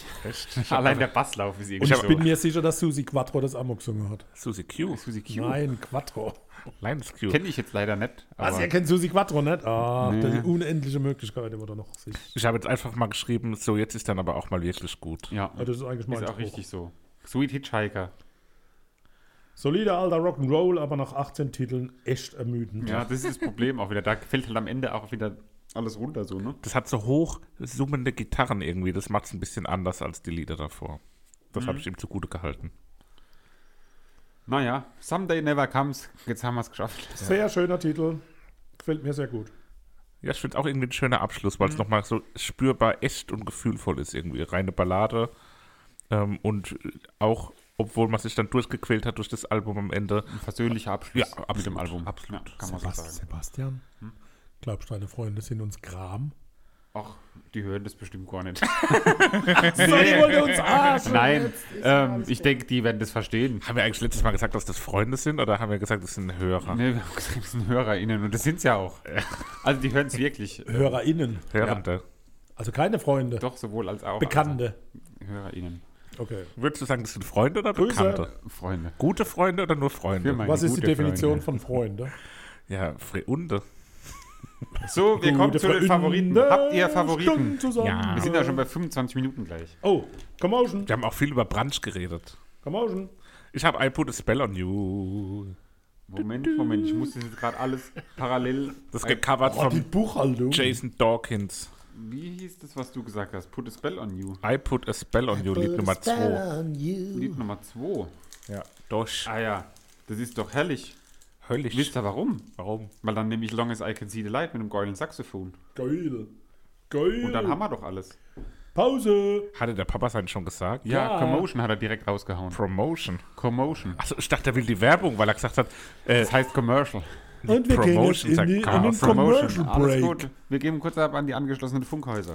Speaker 3: echt. Allein der Basslauf ist
Speaker 2: Und
Speaker 3: irgendwie
Speaker 2: ich
Speaker 3: so.
Speaker 2: bin mir sicher, dass Susi Quattro das Amok gesungen hat.
Speaker 1: Susi Q.
Speaker 3: Susi Q.
Speaker 2: Nein, Quattro.
Speaker 1: Lions Q.
Speaker 3: Kenne ich jetzt leider nicht.
Speaker 2: Was,
Speaker 3: aber-
Speaker 2: ihr kennt Susi Quattro nicht? Ah, das ist unendliche Möglichkeiten, wo da noch sich...
Speaker 1: Ich habe jetzt einfach mal geschrieben, so jetzt ist dann aber auch mal wirklich gut.
Speaker 3: Ja,
Speaker 2: Ja, Oh, das ist eigentlich mein
Speaker 3: ist auch
Speaker 2: Spruch.
Speaker 3: richtig so. Sweet Hitchhiker.
Speaker 2: Solider alter Rock'n'Roll, aber nach 18 Titeln echt ermüdend.
Speaker 3: Ja, das ist das Problem auch wieder. Da fällt halt am Ende auch wieder alles runter so, ne?
Speaker 1: Das hat so hoch summende Gitarren irgendwie. Das macht es ein bisschen anders als die Lieder davor. Das habe ich ihm zugute gehalten.
Speaker 3: Naja, Someday Never Comes. Jetzt haben wir es geschafft.
Speaker 2: Sehr schöner Titel. Gefällt mir sehr gut.
Speaker 1: Ja, ich finde es auch irgendwie ein schöner Abschluss,
Speaker 3: Mhm.
Speaker 1: weil es nochmal so spürbar echt und gefühlvoll ist irgendwie. Reine Ballade. Ähm, und auch, obwohl man sich dann durchgequält hat durch das Album am Ende.
Speaker 3: Ein versöhnlicher
Speaker 1: Ja,
Speaker 3: Abschluss
Speaker 1: absolut,
Speaker 3: mit dem Album.
Speaker 1: absolut.
Speaker 3: Ja, kann man so sagen.
Speaker 2: Sebastian?
Speaker 3: Hm?
Speaker 2: Glaubst du, deine Freunde sind uns Gram?
Speaker 3: Ach, die hören das bestimmt gar nicht.
Speaker 2: So, die wollen uns arschen.
Speaker 3: Nein, ähm, ich denke, die werden das verstehen.
Speaker 1: Haben wir eigentlich letztes Mal gesagt, dass das Freunde sind oder haben wir gesagt, das sind Hörer?
Speaker 3: Ne, wir haben gesagt, das sind HörerInnen und das sind es ja auch. Also die hören es wirklich.
Speaker 2: HörerInnen.
Speaker 1: Hörende.
Speaker 2: Also Also keine Freunde,
Speaker 3: Doch, sowohl als auch.
Speaker 2: Bekannte.
Speaker 3: Also, HörerInnen.
Speaker 2: Okay.
Speaker 1: Würdest du sagen, das sind Freunde oder
Speaker 2: Grüße.
Speaker 1: Bekannte?
Speaker 3: Freunde.
Speaker 1: Gute Freunde oder nur Freunde?
Speaker 3: Für meine
Speaker 2: Was ist die
Speaker 3: gute
Speaker 2: Definition
Speaker 3: Freunde.
Speaker 2: von Freunde?
Speaker 1: Ja, Freunde.
Speaker 3: So, wir kommen
Speaker 2: Gute
Speaker 3: zu den Favoriten.
Speaker 2: Freunde,
Speaker 3: Habt ihr Favoriten?
Speaker 2: Stunden zusammen.
Speaker 1: Ja.
Speaker 3: Wir sind ja schon bei 25 Minuten gleich.
Speaker 2: Oh, Commotion,
Speaker 1: Wir haben auch viel über Brunch geredet.
Speaker 2: Commotion.
Speaker 1: Ich habe I put a spell on you.
Speaker 3: Moment, Moment, ich muss das jetzt gerade alles parallel.
Speaker 1: Das ist
Speaker 3: Äh,
Speaker 1: gecovert
Speaker 2: Oh, die
Speaker 1: von
Speaker 2: Buchhaltung.
Speaker 1: Jason Dawkins.
Speaker 3: Wie hieß das, was du gesagt hast? Put a spell on you.
Speaker 1: I put a spell on you, Lied Nummer 2.
Speaker 3: Lied Nummer 2.
Speaker 1: Ja. Durch
Speaker 3: Ah ja, das ist doch herrlich.
Speaker 1: höllisch.
Speaker 3: Wisst ihr warum?
Speaker 1: Warum?
Speaker 3: Weil dann nehme ich Long as I can see the light mit einem geilen Saxophon.
Speaker 2: Geil. Geil.
Speaker 3: Und dann haben wir doch alles.
Speaker 2: Pause.
Speaker 1: Hatte der Papa sein schon gesagt?
Speaker 2: Ja.
Speaker 3: Ja, Commotion hat er direkt rausgehauen.
Speaker 1: Promotion.
Speaker 3: Commotion.
Speaker 1: Achso, ich dachte, er will die Werbung, weil er gesagt hat, äh,
Speaker 3: Das heißt Commercial.
Speaker 2: Und wir gehen jetzt
Speaker 1: Promotion,
Speaker 2: in,
Speaker 1: sagt
Speaker 2: die, in
Speaker 1: Karl.
Speaker 2: den Commercial
Speaker 3: Promotion. Alles
Speaker 2: Break.
Speaker 3: gut. Wir geben kurz ab an die angeschlossenen Funkhäuser.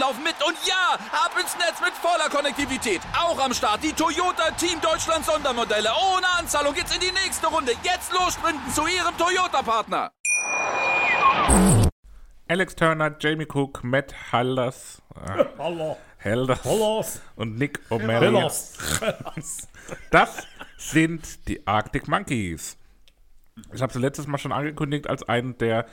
Speaker 5: laufen mit. Und ja, ab ins Netz mit voller Konnektivität. Auch am Start die Toyota Team Deutschland Sondermodelle. Ohne Anzahlung geht's in die nächste Runde. Jetzt los sprinten zu Ihrem Toyota-Partner.
Speaker 1: Alex Turner, Jamie Cook, Matt Halders, äh,
Speaker 2: Hallo.
Speaker 1: Helders
Speaker 2: Hallos.
Speaker 1: und Nick O'Malley.
Speaker 2: Hallos.
Speaker 1: Das sind die Arctic Monkeys. Ich habe sie letztes Mal schon angekündigt als einen der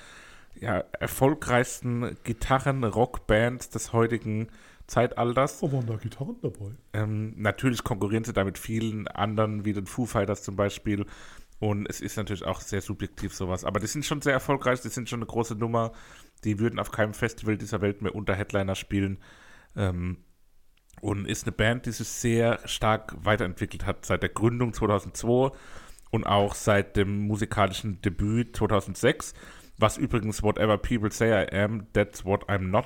Speaker 1: ja, erfolgreichsten Gitarren-Rockbands des heutigen Zeitalters.
Speaker 2: Da waren da Gitarren dabei.
Speaker 1: Ähm, natürlich konkurrieren sie da mit vielen anderen, wie den Foo Fighters zum Beispiel. Und es ist natürlich auch sehr subjektiv sowas. Aber die sind schon sehr erfolgreich, die sind schon eine große Nummer. Die würden auf keinem Festival dieser Welt mehr unter Headliner spielen. Ähm, und ist eine Band, die sich sehr stark weiterentwickelt hat seit der Gründung 2002 und auch seit dem musikalischen Debüt 2006. Was übrigens Whatever People Say I Am, That's What I'm Not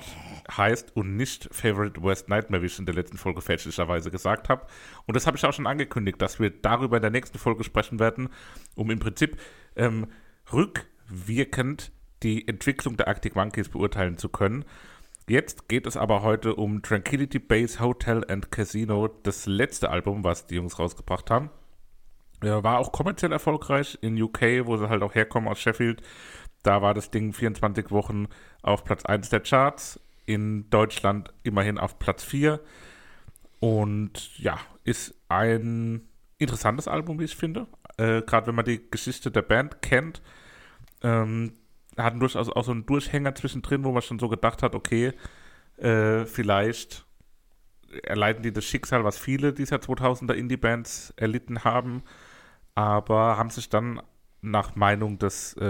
Speaker 1: heißt und nicht Favorite Worst Nightmare, wie ich in der letzten Folge fälschlicherweise gesagt habe. Und das habe ich auch schon angekündigt, dass wir darüber in der nächsten Folge sprechen werden, um im Prinzip ähm, rückwirkend die Entwicklung der Arctic Monkeys beurteilen zu können. Jetzt geht es aber heute um Tranquility Base Hotel and Casino, das letzte Album, was die Jungs rausgebracht haben. Ja, war auch kommerziell erfolgreich in UK, wo sie halt auch herkommen aus Sheffield. Da war das Ding 24 Wochen auf Platz 1 der Charts, in Deutschland immerhin auf Platz 4. Und ja, ist ein interessantes Album, wie ich finde. Äh, Gerade wenn man die Geschichte der Band kennt, ähm, hatten durchaus auch so einen Durchhänger zwischendrin, wo man schon so gedacht hat, okay, äh, vielleicht erleiden die das Schicksal, was viele dieser 2000er Indie-Bands erlitten haben, aber haben sich dann nach Meinung des, äh,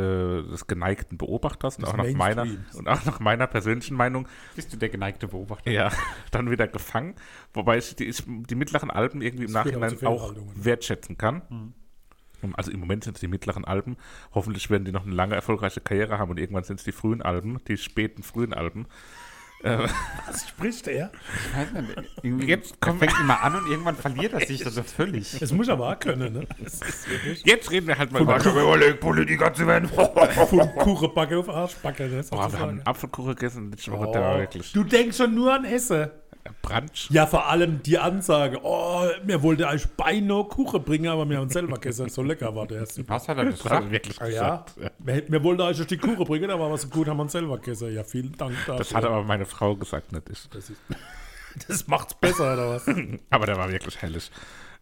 Speaker 1: des geneigten Beobachters und auch, nach meiner,
Speaker 2: Mainstreams.
Speaker 1: und auch nach meiner persönlichen Meinung
Speaker 3: Bist du der geneigte Beobachter?
Speaker 1: ja, dann wieder gefangen. Wobei ich die, ich die mittleren Alpen irgendwie im
Speaker 2: Das führt auch
Speaker 1: Nachhinein
Speaker 2: zu Mhm.
Speaker 1: auch
Speaker 2: Fehlhaltungen.
Speaker 1: wertschätzen kann. Also im Moment sind es die mittleren Alpen. Hoffentlich werden die noch eine lange erfolgreiche Karriere haben und irgendwann sind es die frühen Alpen, die späten frühen Alpen.
Speaker 2: Was spricht er?
Speaker 3: Ich weiß nicht. ne, Irgendwie
Speaker 1: Jetzt
Speaker 3: Jetzt
Speaker 1: kommen-
Speaker 3: fängt immer an und irgendwann verliert er sich das völlig.
Speaker 2: Das muss er aber auch können, ne? Das ist wirklich.
Speaker 1: Jetzt reden wir halt mal über.
Speaker 3: überlegt, Politiker zu werden.
Speaker 2: Von Kuchenbacke auf Arschbacke. ne? Das
Speaker 1: Boah, wir haben einen Apfelkuchen gegessen letzte Woche. Der war wirklich
Speaker 2: Du denkst schon nur an Hesse.
Speaker 1: Brunch.
Speaker 2: Oh. Ja, vor allem die Ansage. Oh, mir wollte eigentlich beinahe Kuchen bringen, aber wir haben selber gegessen. So lecker war der erste.
Speaker 3: Was hat er
Speaker 1: Das war
Speaker 3: gesagt?
Speaker 1: wirklich
Speaker 2: Ah, ja,
Speaker 1: gesagt. Ja.
Speaker 2: wir, wir wollten eigentlich ein Stück Kuchen bringen, aber was gut haben wir uns selber gegessen. Ja, vielen Dank dafür.
Speaker 1: Das hat aber meine Frau gesagt, nicht ich.
Speaker 2: das, ist, das macht's besser, oder was?
Speaker 1: Aber der war wirklich herrlich.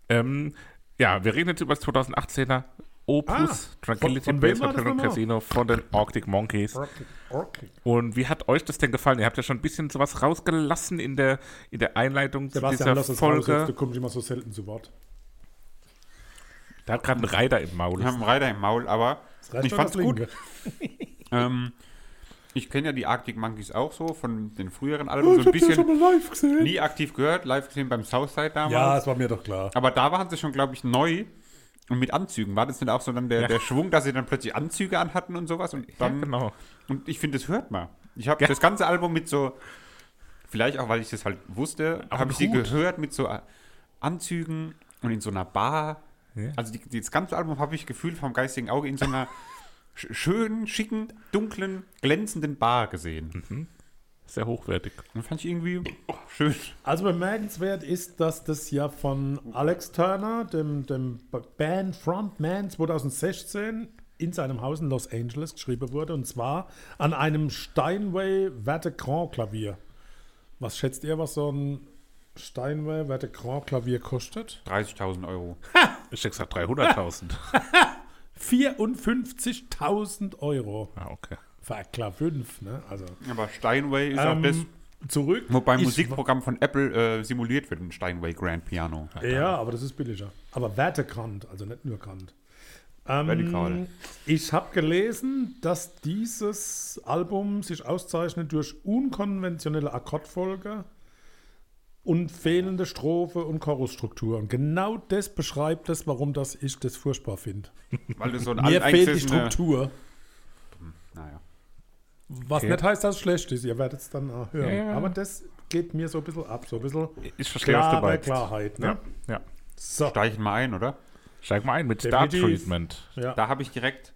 Speaker 1: Ähm, ja, wir reden jetzt über das 2018er Opus
Speaker 2: Ah,
Speaker 1: Tranquility
Speaker 2: von- von wem
Speaker 1: Base
Speaker 2: war
Speaker 1: Hotel
Speaker 2: das
Speaker 1: und
Speaker 2: nochmal?
Speaker 1: Casino von den Arctic Monkeys.
Speaker 2: Okay.
Speaker 1: Und wie hat euch das denn gefallen? Ihr habt ja schon ein bisschen sowas rausgelassen in der, in der Einleitung zu
Speaker 2: Sebastian,
Speaker 1: dieser
Speaker 2: lass uns raus, jetzt, du
Speaker 1: Folge.
Speaker 2: kommst immer so selten zu Wort.
Speaker 1: Der hat gerade einen Reiter im Maul.
Speaker 3: Wir haben einen Reiter im Maul, aber ich
Speaker 2: doch
Speaker 3: fand's
Speaker 2: das
Speaker 3: gut.
Speaker 2: Linke.
Speaker 3: Ähm, ich kenne ja die Arctic Monkeys auch so von den früheren Alben.
Speaker 2: Oh,
Speaker 3: so ein
Speaker 2: Ich hab den
Speaker 3: bisschen
Speaker 2: schon mal live gesehen.
Speaker 3: nie aktiv gehört, live gesehen beim Southside damals.
Speaker 2: Ja, das war mir doch klar.
Speaker 3: Aber da waren sie schon, glaube ich, neu und mit Anzügen. War das denn auch so dann der, der Schwung, dass sie dann plötzlich Anzüge anhatten und sowas? Und,
Speaker 1: Ja,
Speaker 3: dann,
Speaker 1: genau.
Speaker 3: und ich finde, das hört man. Ich habe das ganze Album mit so, vielleicht auch, weil ich das halt wusste,
Speaker 1: Aber
Speaker 3: habe ich sie
Speaker 1: gut.
Speaker 3: gehört mit so äh, Anzügen und in so einer Bar. Also die, die, das ganze Album habe ich gefühlt vom geistigen Auge in so einer sch- schönen, schicken, dunklen, glänzenden Bar gesehen.
Speaker 1: Sehr hochwertig.
Speaker 3: Und fand ich irgendwie schön.
Speaker 2: Also bemerkenswert ist, dass das ja von Alex Turner, dem, dem Band Frontman 2016 in seinem Haus in Los Angeles geschrieben wurde und zwar an einem Steinway Vaticran Klavier. Was schätzt ihr, was so ein Steinway Vaticran Klavier kostet?
Speaker 3: 30.000 Euro.
Speaker 1: Ich hätte gesagt 300.000.
Speaker 2: 54.000 Euro.
Speaker 1: ah, okay.
Speaker 2: Für ein Klavier 5, ne? Also
Speaker 3: Aber Steinway ist auch
Speaker 2: Ähm,
Speaker 3: das,
Speaker 2: zurück.
Speaker 3: wobei
Speaker 2: Ich-
Speaker 3: Musikprogramm von Apple äh, simuliert wird, ein Steinway Grand Piano.
Speaker 2: Ja, aber das ist billiger. Aber Wertekant, also nicht nur Kant. Ähm,
Speaker 3: Vertikal.
Speaker 2: Ich habe gelesen, dass dieses Album sich auszeichnet durch unkonventionelle Akkordfolge und fehlende Strophe und Chorusstruktur. Und genau das beschreibt das, warum das ich das furchtbar finde.
Speaker 3: Weil das so ein
Speaker 2: Mir fehlt die
Speaker 3: alteingesessener-
Speaker 2: Struktur.
Speaker 3: Naja.
Speaker 2: Was nicht heißt, dass es schlecht ist. Ihr werdet es dann auch hören.
Speaker 1: Ja, ja.
Speaker 2: Aber das geht mir so ein bisschen ab. So ein bisschen
Speaker 1: Ich verstehe, was du
Speaker 2: klare
Speaker 1: meinst.
Speaker 2: Klarheit. Ne?
Speaker 1: Ja, ja.
Speaker 2: So.
Speaker 3: Steichen mal ein, oder?
Speaker 1: Steig mal ein mit Star
Speaker 2: Definitiv.
Speaker 1: Treatment.
Speaker 2: Ja.
Speaker 3: Da habe ich direkt,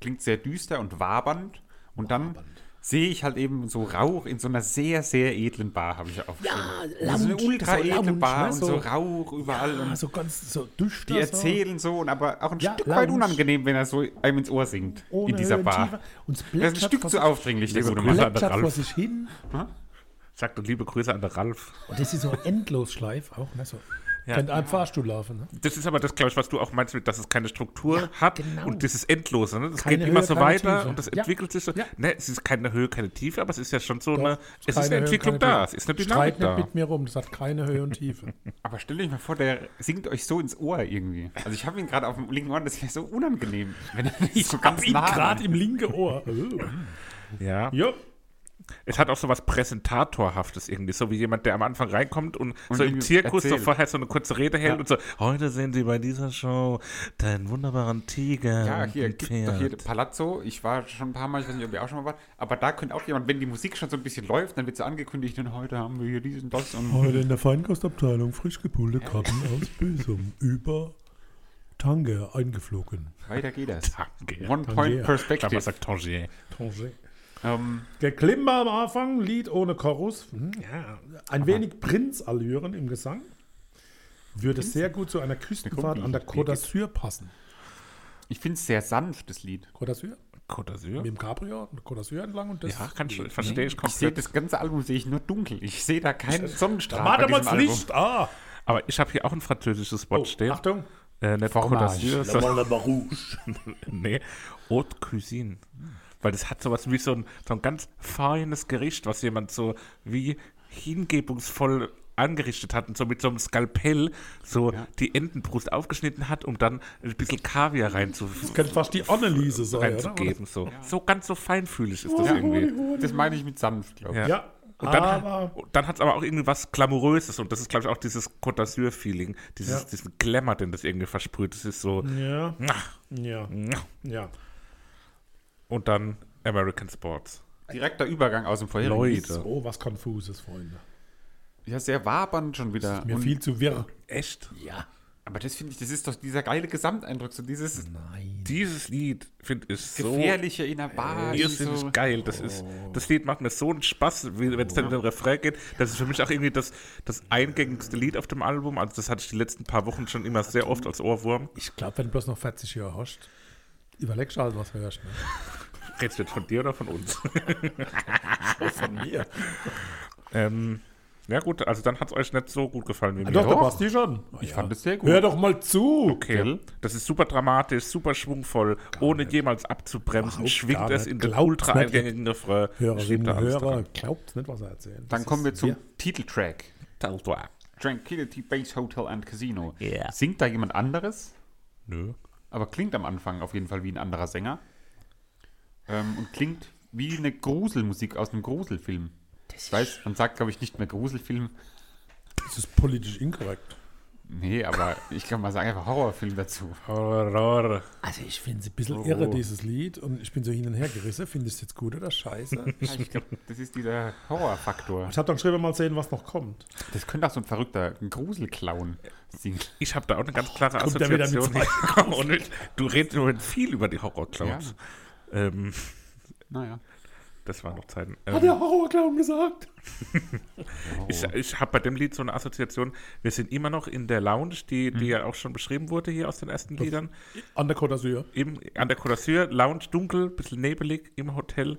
Speaker 3: klingt sehr düster und wabernd. Und dann sehe ich halt eben so Rauch in so einer sehr, sehr edlen Bar, habe ich aufgeschrieben. Ja, so eine
Speaker 2: Lounge,
Speaker 3: ultra
Speaker 2: so
Speaker 3: edle
Speaker 2: Lounge,
Speaker 3: Bar
Speaker 2: ne,
Speaker 3: und so,
Speaker 2: so-
Speaker 3: Rauch überall. und
Speaker 2: Also ganz so düster.
Speaker 3: die
Speaker 2: so.
Speaker 3: erzählen so, und aber auch ein
Speaker 2: Ja,
Speaker 3: Stück weit
Speaker 2: Lounge.
Speaker 3: unangenehm, wenn er so einem ins Ohr singt.
Speaker 2: Ohne
Speaker 3: in dieser
Speaker 2: Höhen,
Speaker 3: Bar.
Speaker 2: Tiefen. Und es
Speaker 3: Das ist ein
Speaker 2: plätschert
Speaker 3: Stück
Speaker 2: vor
Speaker 3: zu
Speaker 2: sich-
Speaker 3: aufdringlich, der
Speaker 1: Liebe
Speaker 3: gute
Speaker 1: Grüße.
Speaker 3: Mann.
Speaker 2: plätschert
Speaker 1: Ralf.
Speaker 2: vor sich hin.
Speaker 1: Sagt und liebe Grüße an den Ralf.
Speaker 2: Und das ist so endlos schleif auch. Ne? So. Könnte einem Fahrstuhl laufen. Ne?
Speaker 1: Das ist aber das, glaube ich, was du auch meinst, mit, dass es keine Struktur hat
Speaker 2: genau.
Speaker 1: und das ist endlos. Ne? Das
Speaker 2: Keine
Speaker 1: geht immer
Speaker 2: Höhe,
Speaker 1: so
Speaker 2: keine
Speaker 1: weiter
Speaker 2: Tiefe.
Speaker 1: und das
Speaker 2: Ja.
Speaker 1: entwickelt sich so.
Speaker 2: Ja.
Speaker 1: Ne, es ist keine Höhe, keine Tiefe, aber es ist ja schon so eine.
Speaker 2: Doch,
Speaker 1: Es ist
Speaker 2: keine
Speaker 1: eine
Speaker 2: Höhe,
Speaker 1: Entwicklung
Speaker 2: keine
Speaker 1: da,
Speaker 2: Tiefe.
Speaker 1: es ist eine Dynamik
Speaker 2: Streit nicht
Speaker 1: da.
Speaker 2: mit mir rum, das hat keine Höhe und Tiefe.
Speaker 3: Aber stell euch mal vor, der singt euch so ins Ohr irgendwie. Also ich habe ihn gerade auf dem linken Ohr, das wäre so unangenehm, wenn er so ganz nah
Speaker 2: Gerade im linken Ohr.
Speaker 1: Ja.
Speaker 2: jo.
Speaker 1: Es hat auch so was Präsentatorhaftes irgendwie, so wie jemand, der am Anfang reinkommt und, so im
Speaker 3: ihm
Speaker 1: Zirkus so
Speaker 3: erzählt.
Speaker 1: vorher so eine kurze Rede hält und so, heute sehen Sie bei dieser Show deinen wunderbaren Tiger.
Speaker 3: Ja, hier,
Speaker 1: und
Speaker 3: gibt
Speaker 1: ein
Speaker 3: doch hier
Speaker 1: Pferd."
Speaker 3: Palazzo. Ich war schon ein paar Mal, ich weiß nicht, ob ihr auch schon mal wart, aber da könnte auch jemand, wenn die Musik schon so ein bisschen läuft, dann wird so angekündigt, und heute haben wir hier diesen, das und
Speaker 2: Heute in der Feinkostabteilung frisch gepulte Krabben aus Büsum über Tangier eingeflogen.
Speaker 3: weiter geht das.
Speaker 1: Tangier.
Speaker 3: One Point
Speaker 2: Tangier.
Speaker 1: Klammer
Speaker 3: Perspective.
Speaker 1: sagt Tangier.
Speaker 3: Ähm,
Speaker 2: Geklimper am Anfang, Lied ohne Chorus. Hm, ja. Ein wenig Prinz-Allüren im Gesang. Würde sehr gut zu einer Küstenfahrt an der Côte d'Azur passen.
Speaker 3: ich finde es sehr sanft, das Lied.
Speaker 2: Côte d'Azur?
Speaker 1: Côte d'Azur?
Speaker 2: Mit dem Cabrio, mit Côte d'Azur entlang und das.
Speaker 1: Ja, kann ich, verstehe ich
Speaker 3: Ich sehe
Speaker 1: komplett.
Speaker 3: das ganze Album sehe ich nur dunkel. Ich sehe da keinen Sonnenstrahl. bei
Speaker 2: Warte mal,
Speaker 3: diesem
Speaker 2: das
Speaker 3: Album.
Speaker 2: Licht! Ah!
Speaker 1: Aber ich habe hier auch ein französisches Wort stehen.
Speaker 2: Achtung!
Speaker 1: Äh, nicht Côte
Speaker 3: Fromage.
Speaker 1: d'Azur, sondern nee, Haute Cuisine. Weil das hat sowas wie so ein, so ein ganz feines Gericht, was jemand so wie hingebungsvoll angerichtet hat und so mit so einem Skalpell so die Entenbrust aufgeschnitten hat, um dann ein bisschen Kaviar reinzu
Speaker 2: Könnte fast die Anneliese sein, oder?
Speaker 1: reinzugeben. So. so ganz so feinfühlig ist das irgendwie.
Speaker 3: Das meine ich mit sanft, glaube ich.
Speaker 1: Ja.
Speaker 2: Ja,
Speaker 1: Und dann,
Speaker 2: aber.
Speaker 1: hat- dann hat es aber auch irgendwie was Glamouröses und das ist, glaube ich, auch dieses Côte d'Azur-Feeling, dieses,
Speaker 2: Ja. Mhm.
Speaker 1: diesen Glamour, den das irgendwie versprüht. Das ist so,
Speaker 2: Ja, ja, ja.
Speaker 1: und dann American Sports.
Speaker 3: Direkter Übergang aus dem vorherigen.
Speaker 1: Leute.
Speaker 3: Lied.
Speaker 2: Oh, was Konfuses, Freunde.
Speaker 3: Ja, sehr wabernd schon wieder.
Speaker 2: Mir
Speaker 3: Und-
Speaker 2: viel zu wirr.
Speaker 1: Echt?
Speaker 2: Ja.
Speaker 3: aber das finde ich, das ist doch dieser geile Gesamteindruck. So dieses
Speaker 1: Dieses Lied finde ich so
Speaker 3: gefährliche in der Bar.
Speaker 1: irrsinnig
Speaker 2: Also.
Speaker 3: so-
Speaker 1: geil. Das, ist, das Lied macht mir so einen Spaß, wenn es dann in den Refrain geht. Das ist für mich auch irgendwie das, das eingängigste Lied auf dem Album. Also das hatte ich die letzten paar Wochen schon immer sehr oft als Ohrwurm.
Speaker 2: Ich glaube, wenn du bloß noch 40 Jahre hast, überlegst du halt, was hörst. Ne?
Speaker 1: Redst du jetzt von dir oder von uns?
Speaker 2: Von mir.
Speaker 1: ähm, ja gut, also dann hat es euch nicht so gut gefallen wie mir.
Speaker 2: Ah, Doch, da
Speaker 3: Ja.
Speaker 2: passt die schon.
Speaker 3: Ich fand es sehr gut.
Speaker 2: Hör doch mal zu!
Speaker 1: Okay. Das ist super dramatisch, super schwungvoll, ohne jemals abzubremsen,
Speaker 2: Überhaupt
Speaker 1: schwingt
Speaker 2: gar
Speaker 1: es
Speaker 2: nicht.
Speaker 1: in den
Speaker 2: Glaubt's
Speaker 1: ultra
Speaker 2: nicht.
Speaker 1: eingängigen Refrain.
Speaker 2: Hörerinnen
Speaker 1: da
Speaker 2: und
Speaker 1: alles
Speaker 2: Hörer,
Speaker 1: dran.
Speaker 2: glaubt nicht, was er erzählt.
Speaker 3: Dann kommen wir zum
Speaker 2: Ja.
Speaker 3: Titeltrack. Tranquility Base Hotel and Casino.
Speaker 4: Ja.
Speaker 3: Singt da jemand anderes?
Speaker 1: Nö.
Speaker 3: Aber klingt am Anfang auf jeden Fall wie ein anderer Sänger. Ähm, und klingt wie eine Gruselmusik aus einem Gruselfilm. Ich weiß, man sagt, glaube ich, nicht mehr Gruselfilm.
Speaker 2: Das ist politisch inkorrekt.
Speaker 3: Nee, aber ich kann mal sagen, einfach Horrorfilm dazu.
Speaker 1: Horror.
Speaker 2: Also ich finde es ein
Speaker 3: Oh.
Speaker 2: bisschen irre, dieses Lied. Und ich bin so hin und her gerissen. Findest du es jetzt gut oder scheiße?
Speaker 3: Ich glaube, das ist dieser Horrorfaktor.
Speaker 2: Ich habe dann geschrieben, mal sehen, was noch kommt.
Speaker 3: Das könnte auch so ein verrückter Gruselclown singen.
Speaker 1: Ich habe da auch eine ganz klare
Speaker 2: kommt der wieder mit
Speaker 1: Assoziation. Und du redest im Moment viel über die Horrorclowns. Ähm,
Speaker 3: Naja.
Speaker 1: das waren noch Zeiten.
Speaker 2: Hat
Speaker 1: Ähm,
Speaker 2: der Horrorclown gesagt?
Speaker 1: ich ich habe bei dem Lied so eine Assoziation. Wir sind immer noch in der Lounge, die, die ja auch schon beschrieben wurde hier aus den ersten Liedern.
Speaker 2: An der Côte d'Azur.
Speaker 1: im, an der Côte d'Azur, Lounge dunkel, bisschen nebelig im Hotel.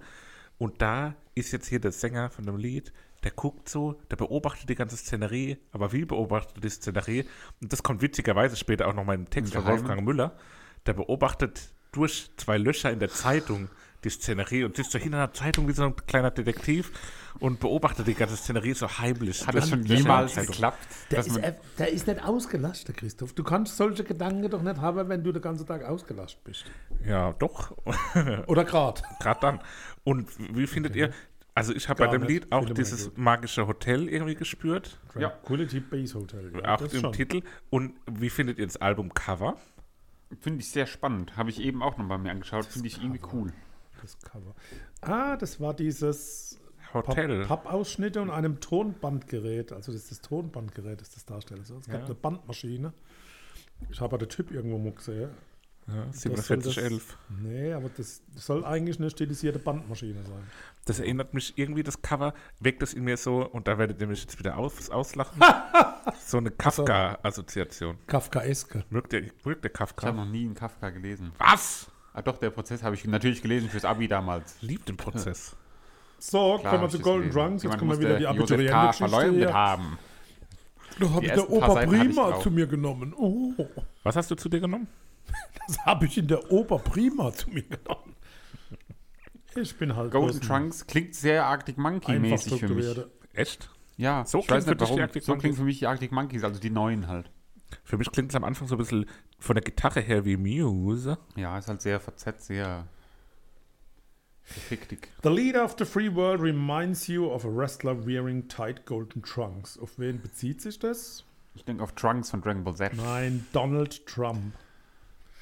Speaker 1: Und da ist jetzt hier der Sänger von dem Lied, der guckt so, der beobachtet die ganze Szenerie, aber wie beobachtet die Szenerie? Und das kommt witzigerweise später auch nochmal im Text von
Speaker 3: Geheimen?
Speaker 1: Wolfgang Müller. Der beobachtet durch zwei Löcher in der Zeitung die Szenerie und sitzt so hinter einer Zeitung wie so ein kleiner Detektiv und beobachtet die ganze Szenerie so heimlich.
Speaker 3: Hat das schon jemals geklappt?
Speaker 2: Der
Speaker 3: dass
Speaker 2: ist,
Speaker 3: man-
Speaker 2: eff- der ist nicht ausgelascht, der Christoph. Du kannst solche Gedanken doch nicht haben, wenn du den ganzen Tag ausgelascht bist.
Speaker 1: Ja, doch.
Speaker 2: Oder gerade.
Speaker 1: gerade dann. Und wie findet ihr, also ich habe bei
Speaker 2: Gar
Speaker 1: dem
Speaker 2: nicht.
Speaker 1: Lied auch
Speaker 2: Finde man
Speaker 1: dieses
Speaker 2: gut.
Speaker 1: magische Hotel irgendwie gespürt,
Speaker 3: Ja.
Speaker 2: Quality Base Hotel. ja,
Speaker 1: auch
Speaker 2: das
Speaker 1: im
Speaker 2: schon.
Speaker 1: Titel. Und wie findet ihr das Albumcover?
Speaker 3: Finde ich sehr spannend. Habe ich eben auch nochmal mir angeschaut. Finde ich irgendwie cool.
Speaker 2: Das Cover. Ah, das war dieses
Speaker 1: Hotel.
Speaker 2: Papp- Pappausschnitte und einem Tonbandgerät. Also das ist das Tonbandgerät, das das darstellt. Also es gab eine Bandmaschine. Ich habe den Typ irgendwo mal gesehen. Das soll das-
Speaker 1: 4711.
Speaker 2: Nee, aber das soll eigentlich eine stilisierte Bandmaschine sein.
Speaker 1: Das erinnert mich irgendwie, das Cover weckt es in mir so, und da werdet ihr mich jetzt wieder aus, auslachen. so eine Kafka-Assoziation.
Speaker 2: Kafkaeske.
Speaker 1: Mögt ihr, mögt ihr
Speaker 3: Ich habe
Speaker 1: Kafka?
Speaker 3: noch nie einen Kafka gelesen.
Speaker 1: Was?
Speaker 3: Ah doch, der Prozess habe ich natürlich gelesen fürs Abi damals.
Speaker 1: Liebt den Prozess.
Speaker 2: So,
Speaker 3: Klar
Speaker 2: kommen wir
Speaker 3: hab
Speaker 2: zu
Speaker 3: ich das
Speaker 2: Golden
Speaker 3: gelesen.
Speaker 2: Drunks. Jetzt
Speaker 3: Jemand
Speaker 2: kommen wir
Speaker 3: musste
Speaker 2: wieder die
Speaker 3: Josef K.
Speaker 2: Abiturientengeschichte.
Speaker 3: verleumdet
Speaker 2: her.
Speaker 3: haben.
Speaker 2: Da habe
Speaker 3: Die
Speaker 2: ich
Speaker 3: ersten
Speaker 2: der
Speaker 3: paar
Speaker 2: Opa
Speaker 3: Seiten hatte ich
Speaker 2: Prima
Speaker 3: drauf.
Speaker 2: zu mir genommen. Oh,
Speaker 1: Was hast du zu dir genommen?
Speaker 2: das habe ich in der Oper Prima zu mir genommen. Ich bin halt
Speaker 3: Golden
Speaker 2: bloß ein
Speaker 3: Trunks klingt sehr Arctic
Speaker 2: einfach
Speaker 3: Monkey-mäßig für mich.
Speaker 2: strukturierter.
Speaker 1: Echt?
Speaker 3: Ja,
Speaker 1: So
Speaker 3: ich
Speaker 1: klingt
Speaker 3: weiß nicht
Speaker 1: für dich die
Speaker 3: warum.
Speaker 1: Arctic
Speaker 3: so klingt
Speaker 1: Monkeys?
Speaker 3: für mich die Arctic Monkeys, also die neuen halt.
Speaker 1: Für mich klingt es am Anfang so ein bisschen von der Gitarre her wie Muse.
Speaker 3: Ja, ist halt sehr verzerrt, sehr fiktig.
Speaker 2: The leader of the free world reminds you of a wrestler wearing tight golden trunks. Auf wen bezieht sich das?
Speaker 3: Ich denke auf Trunks von Dragon Ball Z.
Speaker 2: Nein, Donald Trump.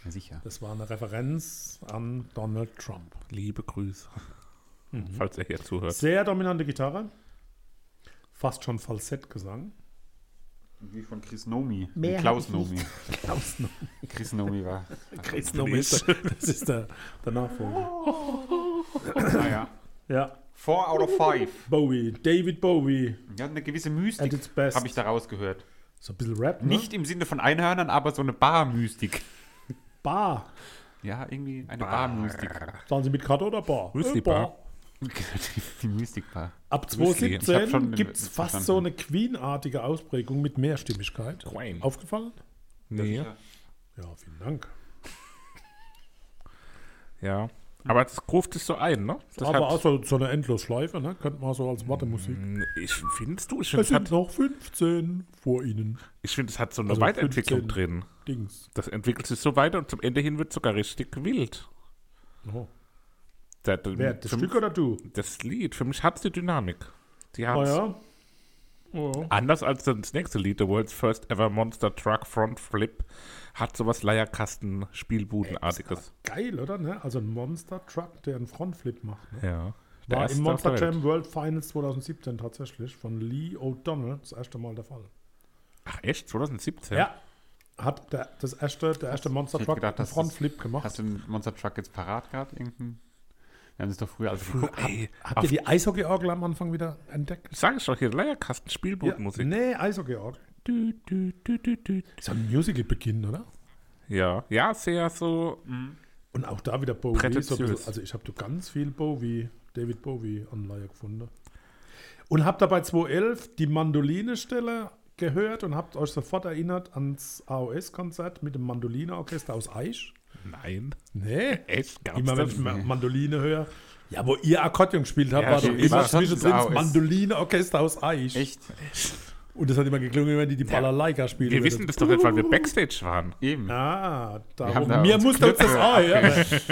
Speaker 3: Ja, sicher.
Speaker 2: Das war eine Referenz an Donald Trump.
Speaker 1: Liebe Grüße. Falls er hier zuhört.
Speaker 2: Sehr dominante Gitarre. Fast schon Falsettgesang.
Speaker 3: Wie von Chris Nomi.
Speaker 2: Mehr
Speaker 3: Wie Klaus
Speaker 2: hab ich
Speaker 3: Nomi.
Speaker 2: Klaus Nomi.
Speaker 3: Chris Nomi war.
Speaker 2: Chris Nomi ist der, das ist der, der Nachfolger.
Speaker 3: Naja.
Speaker 2: Ja,
Speaker 3: Ah Four out of five.
Speaker 2: Bowie, David Bowie.
Speaker 3: Ja, eine gewisse
Speaker 2: At
Speaker 3: Mystik
Speaker 2: its best.
Speaker 3: habe ich daraus gehört.
Speaker 2: So ein bisschen Rap, ne?
Speaker 3: Nicht im Sinne von Einhörnern, aber so eine Bar-Mystik.
Speaker 2: Bar.
Speaker 3: Ja, irgendwie eine Bar-Mystik.
Speaker 2: Sagen Sie mit Karte oder Bar?
Speaker 1: Müsli
Speaker 2: Äh,
Speaker 1: Bar.
Speaker 3: die die Mystik-Bar.
Speaker 2: Ab
Speaker 3: Ich hab schon
Speaker 2: 2017 gibt es
Speaker 3: den-
Speaker 2: fast
Speaker 3: verstanden.
Speaker 2: so eine Queen-artige Ausprägung mit Mehrstimmigkeit.
Speaker 1: Queen.
Speaker 2: Aufgefallen?
Speaker 1: Nee.
Speaker 2: Ja, vielen Dank.
Speaker 1: Ja. Aber das ruft sich so ein, ne? Das
Speaker 2: Aber auch
Speaker 1: hat,
Speaker 2: so, so eine Endlosschleife, ne? Könnte man so als Wartemusik.
Speaker 1: ich findest du, ich
Speaker 2: Es
Speaker 1: finde,
Speaker 2: sind
Speaker 1: hat,
Speaker 2: noch 15 vor Ihnen.
Speaker 1: ich find, es hat so eine
Speaker 2: Also
Speaker 1: Weiterentwicklung
Speaker 2: 15.
Speaker 1: drin.
Speaker 2: Dings.
Speaker 1: Das entwickelt sich so weiter und zum Ende hin wird sogar richtig wild.
Speaker 2: Oh.
Speaker 1: Da- da-
Speaker 2: Wer, das
Speaker 1: für
Speaker 2: Stück oder du?
Speaker 1: das Lied, für mich hat es die Dynamik. Die
Speaker 2: Ah
Speaker 1: haben
Speaker 2: ja. Oh, ja.
Speaker 1: Anders als das nächste Lied, The World's First Ever Monster Truck Front Flip, hat sowas Leierkasten-Spielbudenartiges.
Speaker 2: Geil, oder? Ne? Also ein Monster-Truck, der einen Frontflip macht. Ne?
Speaker 1: Ja. Der
Speaker 2: War
Speaker 1: erste
Speaker 2: im Monster
Speaker 1: auf der
Speaker 2: Jam
Speaker 1: Welt.
Speaker 2: World Finals 2017 tatsächlich von Lee O'Donnell das erste Mal der Fall.
Speaker 1: Ach echt? 2017?
Speaker 2: Hat der, das erste, der erste Monster
Speaker 3: hätte
Speaker 2: Truck
Speaker 3: gedacht,
Speaker 2: einen
Speaker 3: dass
Speaker 2: Frontflip
Speaker 3: Hast
Speaker 2: gemacht.
Speaker 3: du den Monster Truck jetzt parat gehabt? Irgendeinen? Wir haben es doch früher also geguckt.
Speaker 1: Ey,
Speaker 2: Habt ihr die Eishockey-Orgel am Anfang wieder entdeckt?
Speaker 1: Sag ich doch hier, Leierkasten, Spielbudenmusik.
Speaker 2: Nee, Eishockey-Orgel.
Speaker 1: Du, du, du, du, du.
Speaker 2: Ist ja ein Musical-Beginn, oder?
Speaker 1: Ja, ja, sehr so. hm,
Speaker 2: Und auch da wieder Bowie.
Speaker 1: Prätentiös.
Speaker 2: So ein bisschen, also ich habe da ganz viel Bowie, David Bowie Anleihe gefunden. Und habe dabei 2011 die Mandoline-Stelle gehört und habt euch sofort erinnert ans AOS-Konzert mit dem Mandolineorchester aus Eich.
Speaker 1: Nein.
Speaker 2: Nee.
Speaker 1: Echt? Gab's
Speaker 2: Immer wenn
Speaker 1: das? Hm.
Speaker 2: ich Ma- Mandoline höre. Ja, wo ihr Akkordeon gespielt habt,
Speaker 1: Ja,
Speaker 2: war doch
Speaker 1: stimmt.
Speaker 2: immer
Speaker 3: War schon
Speaker 2: zwischendrin das
Speaker 3: AOS.
Speaker 2: Mandolineorchester aus Eich.
Speaker 3: Echt?
Speaker 2: Und das hat immer geklungen, wenn die die Balalaika spielen.
Speaker 1: Wir
Speaker 2: würden.
Speaker 1: wissen das doch nicht, weil wir Backstage waren.
Speaker 3: Eben.
Speaker 2: Ah,
Speaker 3: haben
Speaker 2: darum.
Speaker 3: da
Speaker 2: Mir
Speaker 3: uns
Speaker 2: muss uns das
Speaker 3: Knöpfe
Speaker 2: auch, ja.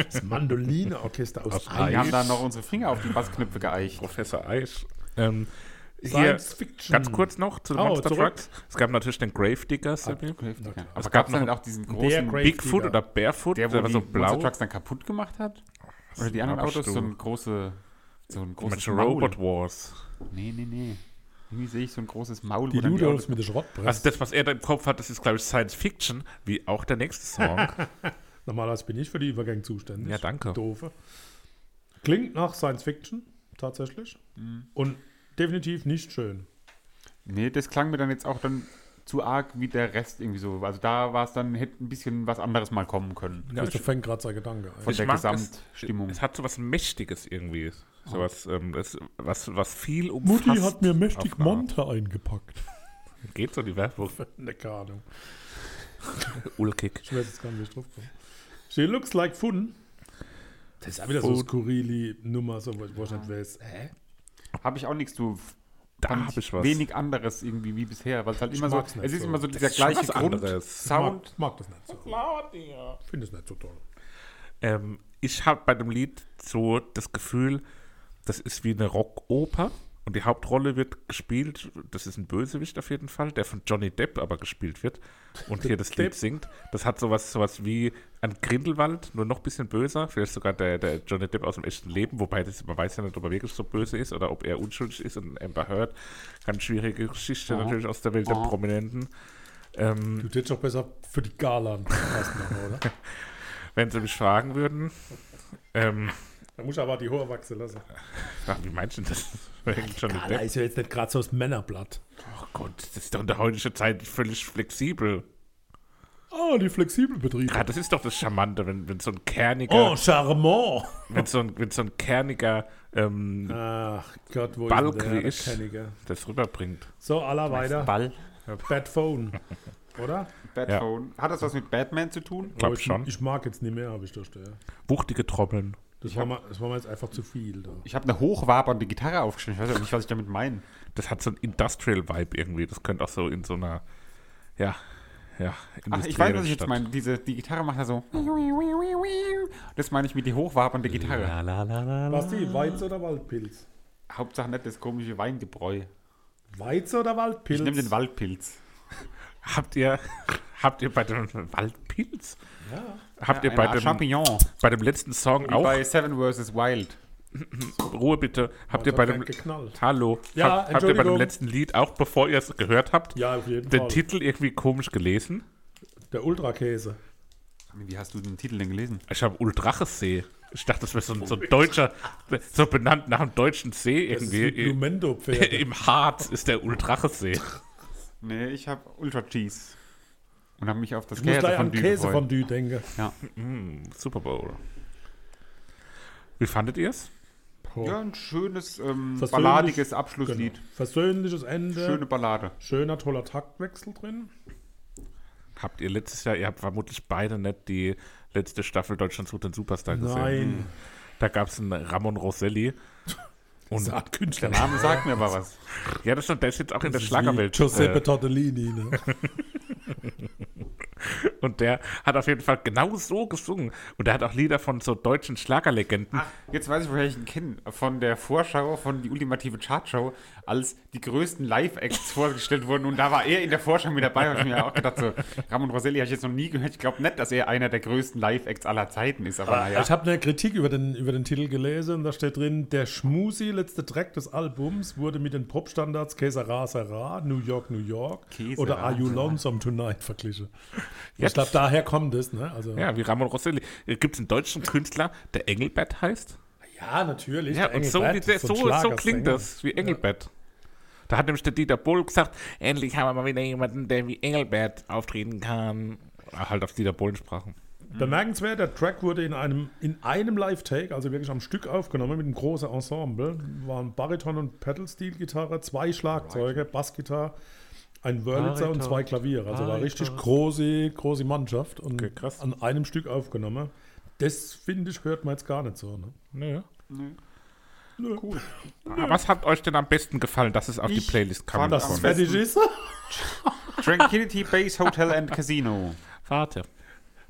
Speaker 2: Das Mandolineorchester aus Eich.
Speaker 3: Wir haben da noch unknote unsere Finger auf die Bassknöpfe geeicht.
Speaker 1: Professor Eisch. Ähm, Hier,
Speaker 2: Science Fiction.
Speaker 1: ganz kurz noch zu den
Speaker 2: Oh,
Speaker 1: Monster
Speaker 2: zurück. Ah,
Speaker 1: Trucks. Es gab natürlich den Gravediggers. Silvio.
Speaker 3: Aber
Speaker 1: gab
Speaker 3: gab es dann
Speaker 1: noch
Speaker 3: auch diesen
Speaker 2: Der
Speaker 3: großen
Speaker 2: Grey-
Speaker 1: Bigfoot
Speaker 2: Gravedigger.
Speaker 1: oder Barefoot,
Speaker 3: Der,
Speaker 1: der,
Speaker 3: wo
Speaker 1: war
Speaker 3: die
Speaker 1: so
Speaker 3: Monster
Speaker 1: blau.
Speaker 3: Trucks dann kaputt gemacht hat? Oder die anderen
Speaker 1: glaubst
Speaker 3: Autos? So
Speaker 1: du?
Speaker 3: ein große, so ein großes
Speaker 1: Mensch,
Speaker 3: Maul.
Speaker 1: Robot Wars.
Speaker 3: Nee, nee, nee. Irgendwie sehe ich so ein großes Maul.
Speaker 2: Die
Speaker 3: wo dann
Speaker 2: Ludos
Speaker 3: Autos-
Speaker 2: mit der Schrottpresse.
Speaker 1: Also das, was er da im Kopf hat, das ist, glaube ich, Science Fiction, wie auch der nächste Song.
Speaker 2: Normalerweise bin ich für die Übergänge zuständig.
Speaker 1: Ja, danke.
Speaker 2: Doofe. Klingt nach Science Fiction, tatsächlich. Und definitiv nicht schön.
Speaker 3: nee, das klang mir dann jetzt auch dann zu arg wie der Rest irgendwie so. Also da war es dann, hätte ein bisschen was anderes mal kommen können.
Speaker 1: Ja,
Speaker 2: Christoph fängt gerade sein Gedanke ein.
Speaker 3: Von der
Speaker 1: mag es.
Speaker 3: Gesamtstimmung.
Speaker 1: es hat so was Mächtiges irgendwie. So was, ähm, das, was, was viel umfasst.
Speaker 2: Oh. Mutti hat mir mächtig
Speaker 1: auf eine Art.
Speaker 2: Manta eingepackt.
Speaker 1: Geht so die Werbung.
Speaker 2: Ne, keine Ahnung.
Speaker 1: Ulkig.
Speaker 2: Ich weiß jetzt gar nicht, wie ich drauf komme. She looks like fun. Das ist auch wieder so eine skurrile Nummer, so, wo ich wo ich nicht weiß. Hä?
Speaker 3: Habe ich auch nichts zu.
Speaker 1: Da
Speaker 3: fand
Speaker 1: habe ich was.
Speaker 3: Wenig anderes irgendwie wie bisher, weil es halt immer so,
Speaker 2: mag's nicht
Speaker 3: es ist
Speaker 2: so.
Speaker 3: immer so
Speaker 1: Das
Speaker 3: dieser
Speaker 1: ist schon
Speaker 3: gleiche
Speaker 1: was anderes.
Speaker 2: Mag,
Speaker 3: Grundsound.
Speaker 2: mag das nicht so. Finde es nicht so toll.
Speaker 1: Ähm, ich habe bei dem Lied so das Gefühl, das ist wie eine Rockoper und die Hauptrolle wird gespielt, das ist ein Bösewicht auf jeden Fall, der von Johnny Depp aber gespielt wird und hier das Lied
Speaker 2: Depp.
Speaker 1: singt. Das hat sowas, sowas wie ein Grindelwald, nur noch ein bisschen böser, vielleicht sogar der, der Johnny Depp aus dem echten Leben, wobei das, man weiß ja nicht, ob er wirklich so böse ist oder ob er unschuldig ist und Amber Heard. Ganz schwierige Geschichte natürlich aus der Welt der Prominenten.
Speaker 2: Du tätest doch besser für die Gala einen Podcast machen, oder?
Speaker 1: Wenn sie mich fragen würden, ähm,
Speaker 2: Da muss ich aber die Haare wachsen lassen.
Speaker 1: ach, wie meinst du denn das? Wegen Johnny Depp?
Speaker 2: ist ja jetzt nicht gerade so das Männerblatt.
Speaker 1: Oh Gott, das ist doch in der heutigen Zeit völlig flexibel.
Speaker 2: Ah, die flexiblen Betriebe.
Speaker 1: Ja, das ist doch das Charmante, wenn, wenn so ein kerniger,
Speaker 2: Oh, charmant.
Speaker 1: wenn so ein, wenn so ein kerniger ähm,
Speaker 2: Ach Gott, wo ist
Speaker 1: Balkwisch
Speaker 2: denn der? der? Kennige?
Speaker 1: das rüberbringt.
Speaker 2: So, aller weiter.
Speaker 3: Ball.
Speaker 2: Bad Phone. Oder?
Speaker 3: Batphone. Hat das was mit Batman zu tun?
Speaker 1: Glaub
Speaker 2: Aber ich,
Speaker 1: schon.
Speaker 2: ich mag jetzt nicht mehr, habe ich das da. ja.
Speaker 1: Wuchtige Trommeln.
Speaker 2: Das, war mal, das war mal jetzt einfach zu viel. Da.
Speaker 3: Ich habe eine hochwabernde Gitarre aufgeschrieben. Ich weiß auch nicht, was ich damit meine.
Speaker 1: Das hat so einen Industrial-Vibe irgendwie. Das könnte auch so in so einer, ja, ja,
Speaker 3: Ach, ich weiß, was ich jetzt
Speaker 1: Stadt.
Speaker 3: meine. Diese, die Gitarre macht ja so. Das meine ich mit die hochwabernde Gitarre.
Speaker 2: Basti, Weiz oder Waldpilz?
Speaker 3: Hauptsache nicht das komische Weingebräu.
Speaker 2: Weiz oder Waldpilz?
Speaker 3: Ich nehme den Waldpilz.
Speaker 1: Habt ihr, habt ihr bei dem Waldpilz? Ja. Habt ihr
Speaker 3: Eine
Speaker 1: bei
Speaker 3: Art
Speaker 1: dem,
Speaker 3: Champignon.
Speaker 1: bei dem letzten Song
Speaker 3: Wie
Speaker 1: auch,
Speaker 3: bei Seven vs. Wild.
Speaker 1: Ruhe bitte, habt ihr
Speaker 2: Oh, hat
Speaker 1: bei
Speaker 2: grad
Speaker 1: dem,
Speaker 2: geknallt.
Speaker 1: hallo,
Speaker 2: Ja,
Speaker 1: habt, habt ihr bei dem
Speaker 2: Entschuldigung.
Speaker 1: letzten Lied auch, bevor ihr es gehört habt,
Speaker 2: Ja, auf jeden
Speaker 1: den
Speaker 2: Fall.
Speaker 1: Titel irgendwie komisch gelesen.
Speaker 2: Der Ultrakäse.
Speaker 3: Wie hast du den Titel denn gelesen?
Speaker 1: Ich habe Uldrachesee. Ich dachte, das wäre so ein, so ein deutscher, so benannt nach einem deutschen See
Speaker 2: Das ist wie
Speaker 1: irgendwie.
Speaker 2: Blumendo-Pferde.
Speaker 1: Im Harz ist der Uldrachesee.
Speaker 3: Nee, ich habe Ultra Cheese. Und habe mich auf das
Speaker 2: Ich muss gleich an
Speaker 3: Käsefondue gefreut.
Speaker 2: Käsefondue denken.
Speaker 1: Super Bowl. Wie fandet ihr es?
Speaker 3: Ja, ein schönes, ähm,
Speaker 2: Versöhnlich-
Speaker 3: balladiges Abschlusslied.
Speaker 2: Genau. Versöhnliches Ende.
Speaker 3: Schöne Ballade.
Speaker 2: Schöner, toller Taktwechsel drin.
Speaker 1: Habt ihr letztes Jahr, ihr habt vermutlich beide nicht die letzte Staffel Deutschland sucht den Superstar gesehen.
Speaker 2: Nein.
Speaker 1: Da gab es einen Ramon Roselli. Und
Speaker 2: Art Künstler.
Speaker 3: Name sagt mir aber was.
Speaker 1: ja, das stimmt, der ist jetzt auch in der
Speaker 2: Wie
Speaker 1: Schlagerwelt. Äh,
Speaker 2: Giuseppe Tortellini. Ne?
Speaker 1: Und der hat auf jeden Fall genau so gesungen. Und der hat auch Lieder von so deutschen Schlagerlegenden.
Speaker 3: Ach, jetzt weiß ich, woher ich ihn kenne. Von der Vorschau von die ultimative Chartshow, als die größten Live-Acts vorgestellt wurden. Und da war er in der Vorschau mit dabei. Und ich mir auch gedacht, so, Ramon Roselli habe ich jetzt noch nie gehört. Ich glaube nicht, dass er einer der größten Live-Acts aller Zeiten ist.
Speaker 1: Ah,
Speaker 3: Aber naja.
Speaker 2: Ich habe eine Kritik über den, über den Titel gelesen und da steht drin, der Schmusi, letzte Track des Albums, wurde mit den Popstandards Kesara Sara, New York, New York
Speaker 3: Kesara
Speaker 2: oder Are You
Speaker 3: Sara.
Speaker 2: Lonesome Tonight verglichen. Ich
Speaker 1: Jetzt-
Speaker 2: glaube, daher kommt es. Ne? Also,
Speaker 1: Ja, wie Ramon Rosselli. Gibt es einen deutschen Künstler, der Engelbert heißt?
Speaker 2: ja, natürlich.
Speaker 1: Ja,
Speaker 2: der
Speaker 1: und so,
Speaker 2: Engelbert
Speaker 1: wie der,
Speaker 2: ist
Speaker 1: so,
Speaker 2: ein
Speaker 1: so
Speaker 2: Schlagersänger.
Speaker 1: klingt das, wie Engelbert. Da hat nämlich der Dieter Bohl gesagt, endlich haben wir mal wieder jemanden, der wie Engelbert auftreten kann. Ah, Halt auf Dieter Bohlen sprachen.
Speaker 2: Bemerkenswert, der Track wurde in einem, in einem Live-Take, also wirklich am Stück aufgenommen, mit einem großen Ensemble. Waren Bariton- und Pedal-Steel-Gitarre, zwei Schlagzeuge, Bassgitarre, ein Wurlitzer und zwei Klaviere. Also war richtig große, große Mannschaft und
Speaker 1: krass.
Speaker 2: an einem Stück aufgenommen. Das, finde ich, hört man jetzt gar nicht so. Ne?
Speaker 1: Nö. Cool. Aber was hat euch denn am besten gefallen, dass es auf die Playlist kam?
Speaker 3: fand das
Speaker 1: von-
Speaker 3: Besten-
Speaker 2: Fertig ist
Speaker 3: Tranquility Base Hotel and Casino.
Speaker 1: Warte.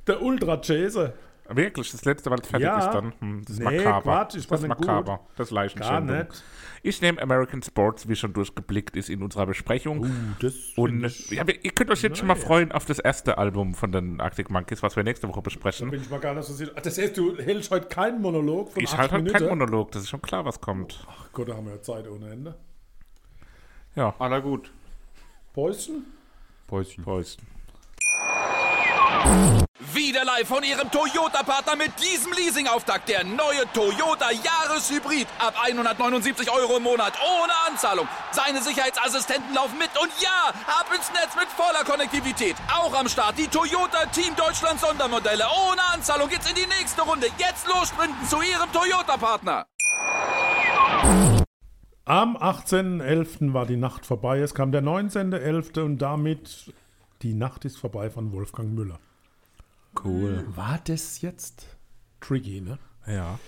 Speaker 2: der ultra Chase.
Speaker 1: Wirklich, das letzte, weil es fertig
Speaker 2: Ja.
Speaker 1: ist dann. Hm, das ist
Speaker 2: Nee,
Speaker 1: makaber.
Speaker 2: Quatsch, ist
Speaker 1: das ist
Speaker 2: doch nicht
Speaker 1: makaber.
Speaker 2: gut.
Speaker 1: Das ist Leichenschändung.
Speaker 2: Gar nicht.
Speaker 1: Ich nehme American Sports, wie schon durchgeblickt ist in unserer Besprechung.
Speaker 2: Oh, Das
Speaker 1: Und
Speaker 2: find ich-
Speaker 1: ja, wir- ihr könnt euch jetzt schon mal freuen auf das erste Album von den Arctic Monkeys, was wir nächste Woche besprechen.
Speaker 2: bin ich mal gar nicht so sicher. Ach, Das heißt, du hältst heute keinen Monolog von
Speaker 1: Ich
Speaker 2: acht
Speaker 1: halte heute
Speaker 2: Minuten. Oh.
Speaker 1: keinen Monolog, das ist schon klar, was kommt.
Speaker 2: Ach Gott, da haben wir ja Zeit ohne Ende.
Speaker 1: Ja.
Speaker 3: Aller gut.
Speaker 2: Päuschen?
Speaker 3: Päuschen.
Speaker 1: Päuschen.
Speaker 5: Wieder live von Ihrem Toyota-Partner mit diesem Leasing-Auftakt. Der neue Toyota Jahreshybrid. Ab 179 Euro im Monat ohne Anzahlung. Seine Sicherheitsassistenten laufen mit und ja, ab ins Netz mit voller Konnektivität. Auch am Start die Toyota Team Deutschland Sondermodelle. Ohne Anzahlung geht's in die nächste Runde. Jetzt los sprinten zu Ihrem Toyota-Partner.
Speaker 2: Am 18.11. war die Nacht vorbei. Es kam der 19.11. und damit Die Nacht ist vorbei von Wolfgang Müller.
Speaker 1: Cool.
Speaker 2: War das jetzt? Tricky, ne?
Speaker 1: Ja.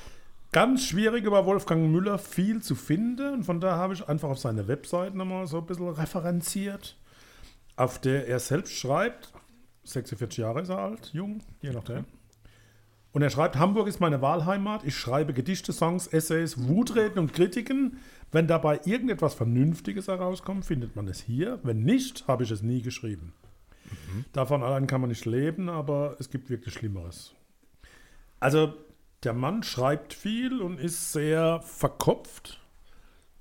Speaker 2: Ganz schwierig über Wolfgang Müller viel zu finden und von daher habe ich einfach auf seine Webseite nochmal so ein bisschen referenziert, auf der er selbst schreibt, 46 Jahre ist er alt, jung, je nachdem. Und er schreibt, Hamburg ist meine Wahlheimat, ich schreibe Gedichte, Songs, Essays, Wutreden und Kritiken. Wenn dabei irgendetwas Vernünftiges herauskommt, findet man es hier. Wenn nicht, habe ich es nie geschrieben. Davon allein kann man nicht leben, aber es gibt wirklich Schlimmeres. Also der Mann schreibt viel und ist sehr verkopft,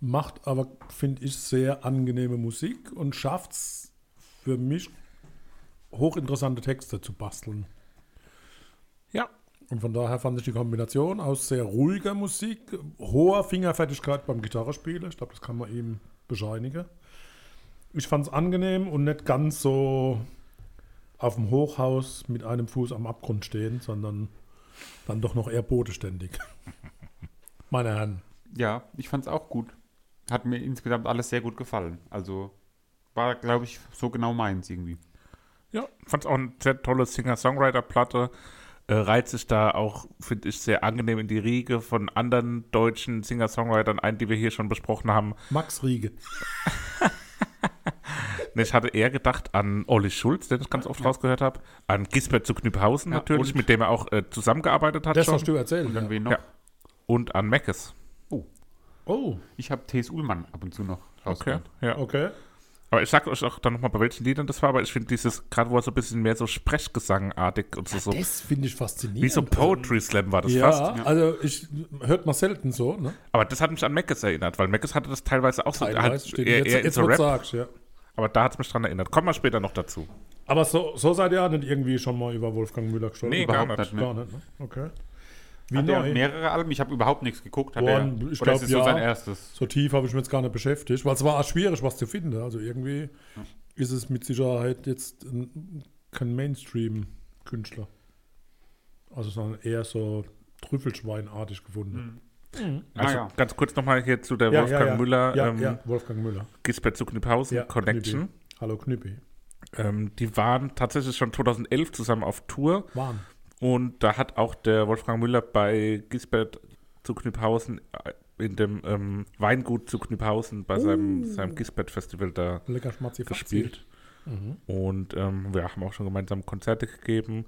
Speaker 2: macht aber, finde ich, sehr angenehme Musik und schafft es für mich, hochinteressante Texte zu basteln.
Speaker 1: Ja.
Speaker 2: Und von daher fand ich die Kombination aus sehr ruhiger Musik, hoher Fingerfertigkeit beim Gitarrespielen, ich glaube, das kann man ihm bescheinigen. Ich fand es angenehm und nicht ganz so auf dem Hochhaus mit einem Fuß am Abgrund stehen, sondern dann doch noch eher bodenständig. Meine Herren,
Speaker 3: Ja, ich fand's auch gut. Hat mir insgesamt alles sehr gut gefallen. Also war, glaube ich, so genau meins irgendwie.
Speaker 1: Ja, fand's auch eine sehr tolle Singer-Songwriter-Platte. Äh, reiht sich da auch, finde ich, sehr angenehm in die Riege von anderen deutschen Singer-Songwritern ein, die wir hier schon besprochen haben.
Speaker 2: Max Riege.
Speaker 1: Nee, Ich hatte eher gedacht an Olli Schulz, den ich ganz oft rausgehört habe, an Gisbert zu Knüpphausen
Speaker 3: Ja,
Speaker 1: natürlich,
Speaker 3: und-
Speaker 1: mit dem er auch äh, zusammengearbeitet hat
Speaker 2: Das
Speaker 1: schon.
Speaker 2: hast du erzählt.
Speaker 3: Dann
Speaker 2: Ja.
Speaker 3: wen noch?
Speaker 1: Ja. Und an Meckes.
Speaker 3: Oh,
Speaker 2: Oh,
Speaker 3: ich habe T.S. Ullmann ab und zu noch
Speaker 1: Okay,
Speaker 3: rausgehört.
Speaker 1: ja.
Speaker 2: okay.
Speaker 1: Aber ich sag euch auch dann nochmal, bei welchen Liedern das war, aber ich finde dieses, gerade wo er so ein bisschen mehr so Sprechgesangartig und so, so
Speaker 2: Das finde ich faszinierend.
Speaker 1: wie so Poetry Slam war das
Speaker 2: ja,
Speaker 1: fast.
Speaker 2: also ich hört man selten so, ne?
Speaker 1: Aber das hat mich an Meckes erinnert, weil Meckes hatte das teilweise auch so, er hat,
Speaker 2: Teilweise steht
Speaker 1: eher,
Speaker 2: jetzt,
Speaker 1: eher in
Speaker 2: jetzt
Speaker 1: so
Speaker 2: wo du's
Speaker 1: Rap,
Speaker 2: sagst, ja.
Speaker 1: aber da hat es mich dran erinnert. Kommen wir später noch dazu.
Speaker 2: Aber so, so seid ihr auch nicht irgendwie schon mal über Wolfgang Müller gestolpert?
Speaker 1: Nee,
Speaker 3: Überhaupt
Speaker 1: Gar nicht.
Speaker 3: nicht,
Speaker 2: Gar
Speaker 3: ne?
Speaker 2: nicht, ne? Okay. Wie
Speaker 3: Hat er
Speaker 2: neu?
Speaker 3: mehrere Alben? Ich habe überhaupt nichts geguckt. Hat
Speaker 2: Boah,
Speaker 3: er,
Speaker 2: ich
Speaker 3: oder
Speaker 2: glaub,
Speaker 3: ist es so
Speaker 2: ja.
Speaker 3: sein erstes?
Speaker 2: So tief habe ich mich jetzt gar nicht beschäftigt, weil es war auch schwierig, was zu finden. Also irgendwie ist es mit Sicherheit jetzt ein, kein Mainstream-Künstler. Also sondern eher so Trüffelschweinartig
Speaker 1: Hm.
Speaker 2: gefunden.
Speaker 1: Also
Speaker 3: Ah, ja.
Speaker 1: ganz kurz nochmal hier zu der Wolfgang Müller,
Speaker 2: Ja,
Speaker 1: ähm,
Speaker 2: ja, Wolfgang Müller.
Speaker 1: Gisbert zu Knüpphausen
Speaker 2: Ja,
Speaker 1: Connection.
Speaker 2: Knüppi. Hallo Knüppi.
Speaker 1: Ähm, die waren tatsächlich schon 2011 zusammen auf Tour
Speaker 2: Warm.
Speaker 1: und da hat auch der Wolfgang Müller bei Gisbert zu Knüpphausen äh, in dem ähm, Weingut zu Knüpphausen bei seinem, seinem Gisbert-Festival da
Speaker 2: Lecker schmatzi
Speaker 1: gespielt. Und ähm, wir haben auch schon gemeinsam Konzerte gegeben,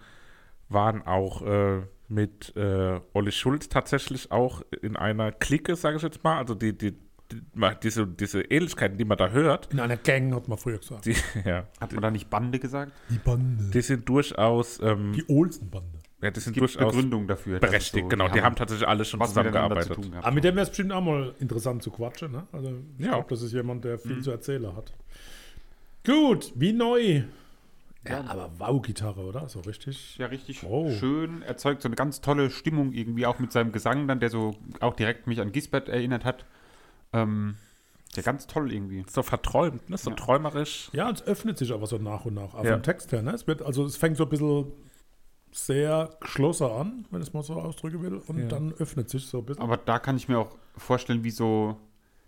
Speaker 1: waren auch äh, mit äh, Olli Schulz tatsächlich auch in einer Clique, sage ich jetzt mal. Also die, die, die ma- diese, diese Ähnlichkeiten, die man da hört,
Speaker 2: In einer Gang, hat man früher gesagt.
Speaker 1: die, ja,
Speaker 3: Hat man da nicht Bande gesagt?
Speaker 2: Die Bande.
Speaker 1: die sind durchaus, ähm,
Speaker 2: Die Olsen-Bande.
Speaker 1: ja, die sind
Speaker 3: Gibt
Speaker 1: durchaus
Speaker 3: Begründung dafür. dass es
Speaker 1: berechtigt,
Speaker 3: so-
Speaker 1: genau. Die haben tatsächlich alle schon
Speaker 3: was miteinander zu
Speaker 1: zusammengearbeitet.
Speaker 3: tun
Speaker 2: Aber
Speaker 3: gehabt.
Speaker 2: mit dem wäre es bestimmt auch mal interessant zu quatschen. Ne? Also ich
Speaker 1: Ja.
Speaker 2: glaube, das ist jemand, der
Speaker 3: Mhm.
Speaker 2: viel zu erzählen hat. Gut, wie neu. Ja, aber Wow-Gitarre, oder? So richtig.
Speaker 3: Ja, richtig
Speaker 2: Oh.
Speaker 3: schön erzeugt so eine ganz tolle Stimmung irgendwie, auch mit seinem Gesang dann, der so auch direkt mich an Gisbert erinnert hat. Ähm, der ganz toll irgendwie.
Speaker 1: So verträumt, ne? so träumerisch.
Speaker 2: Ja, es öffnet sich aber so nach und nach. Auch
Speaker 1: Ja.
Speaker 2: vom Text her. Ne? Es, wird, also es fängt so ein bisschen sehr geschlosser an, wenn ich es mal so ausdrücken will. Und dann öffnet sich so ein bisschen.
Speaker 3: Aber da kann ich mir auch vorstellen, wie so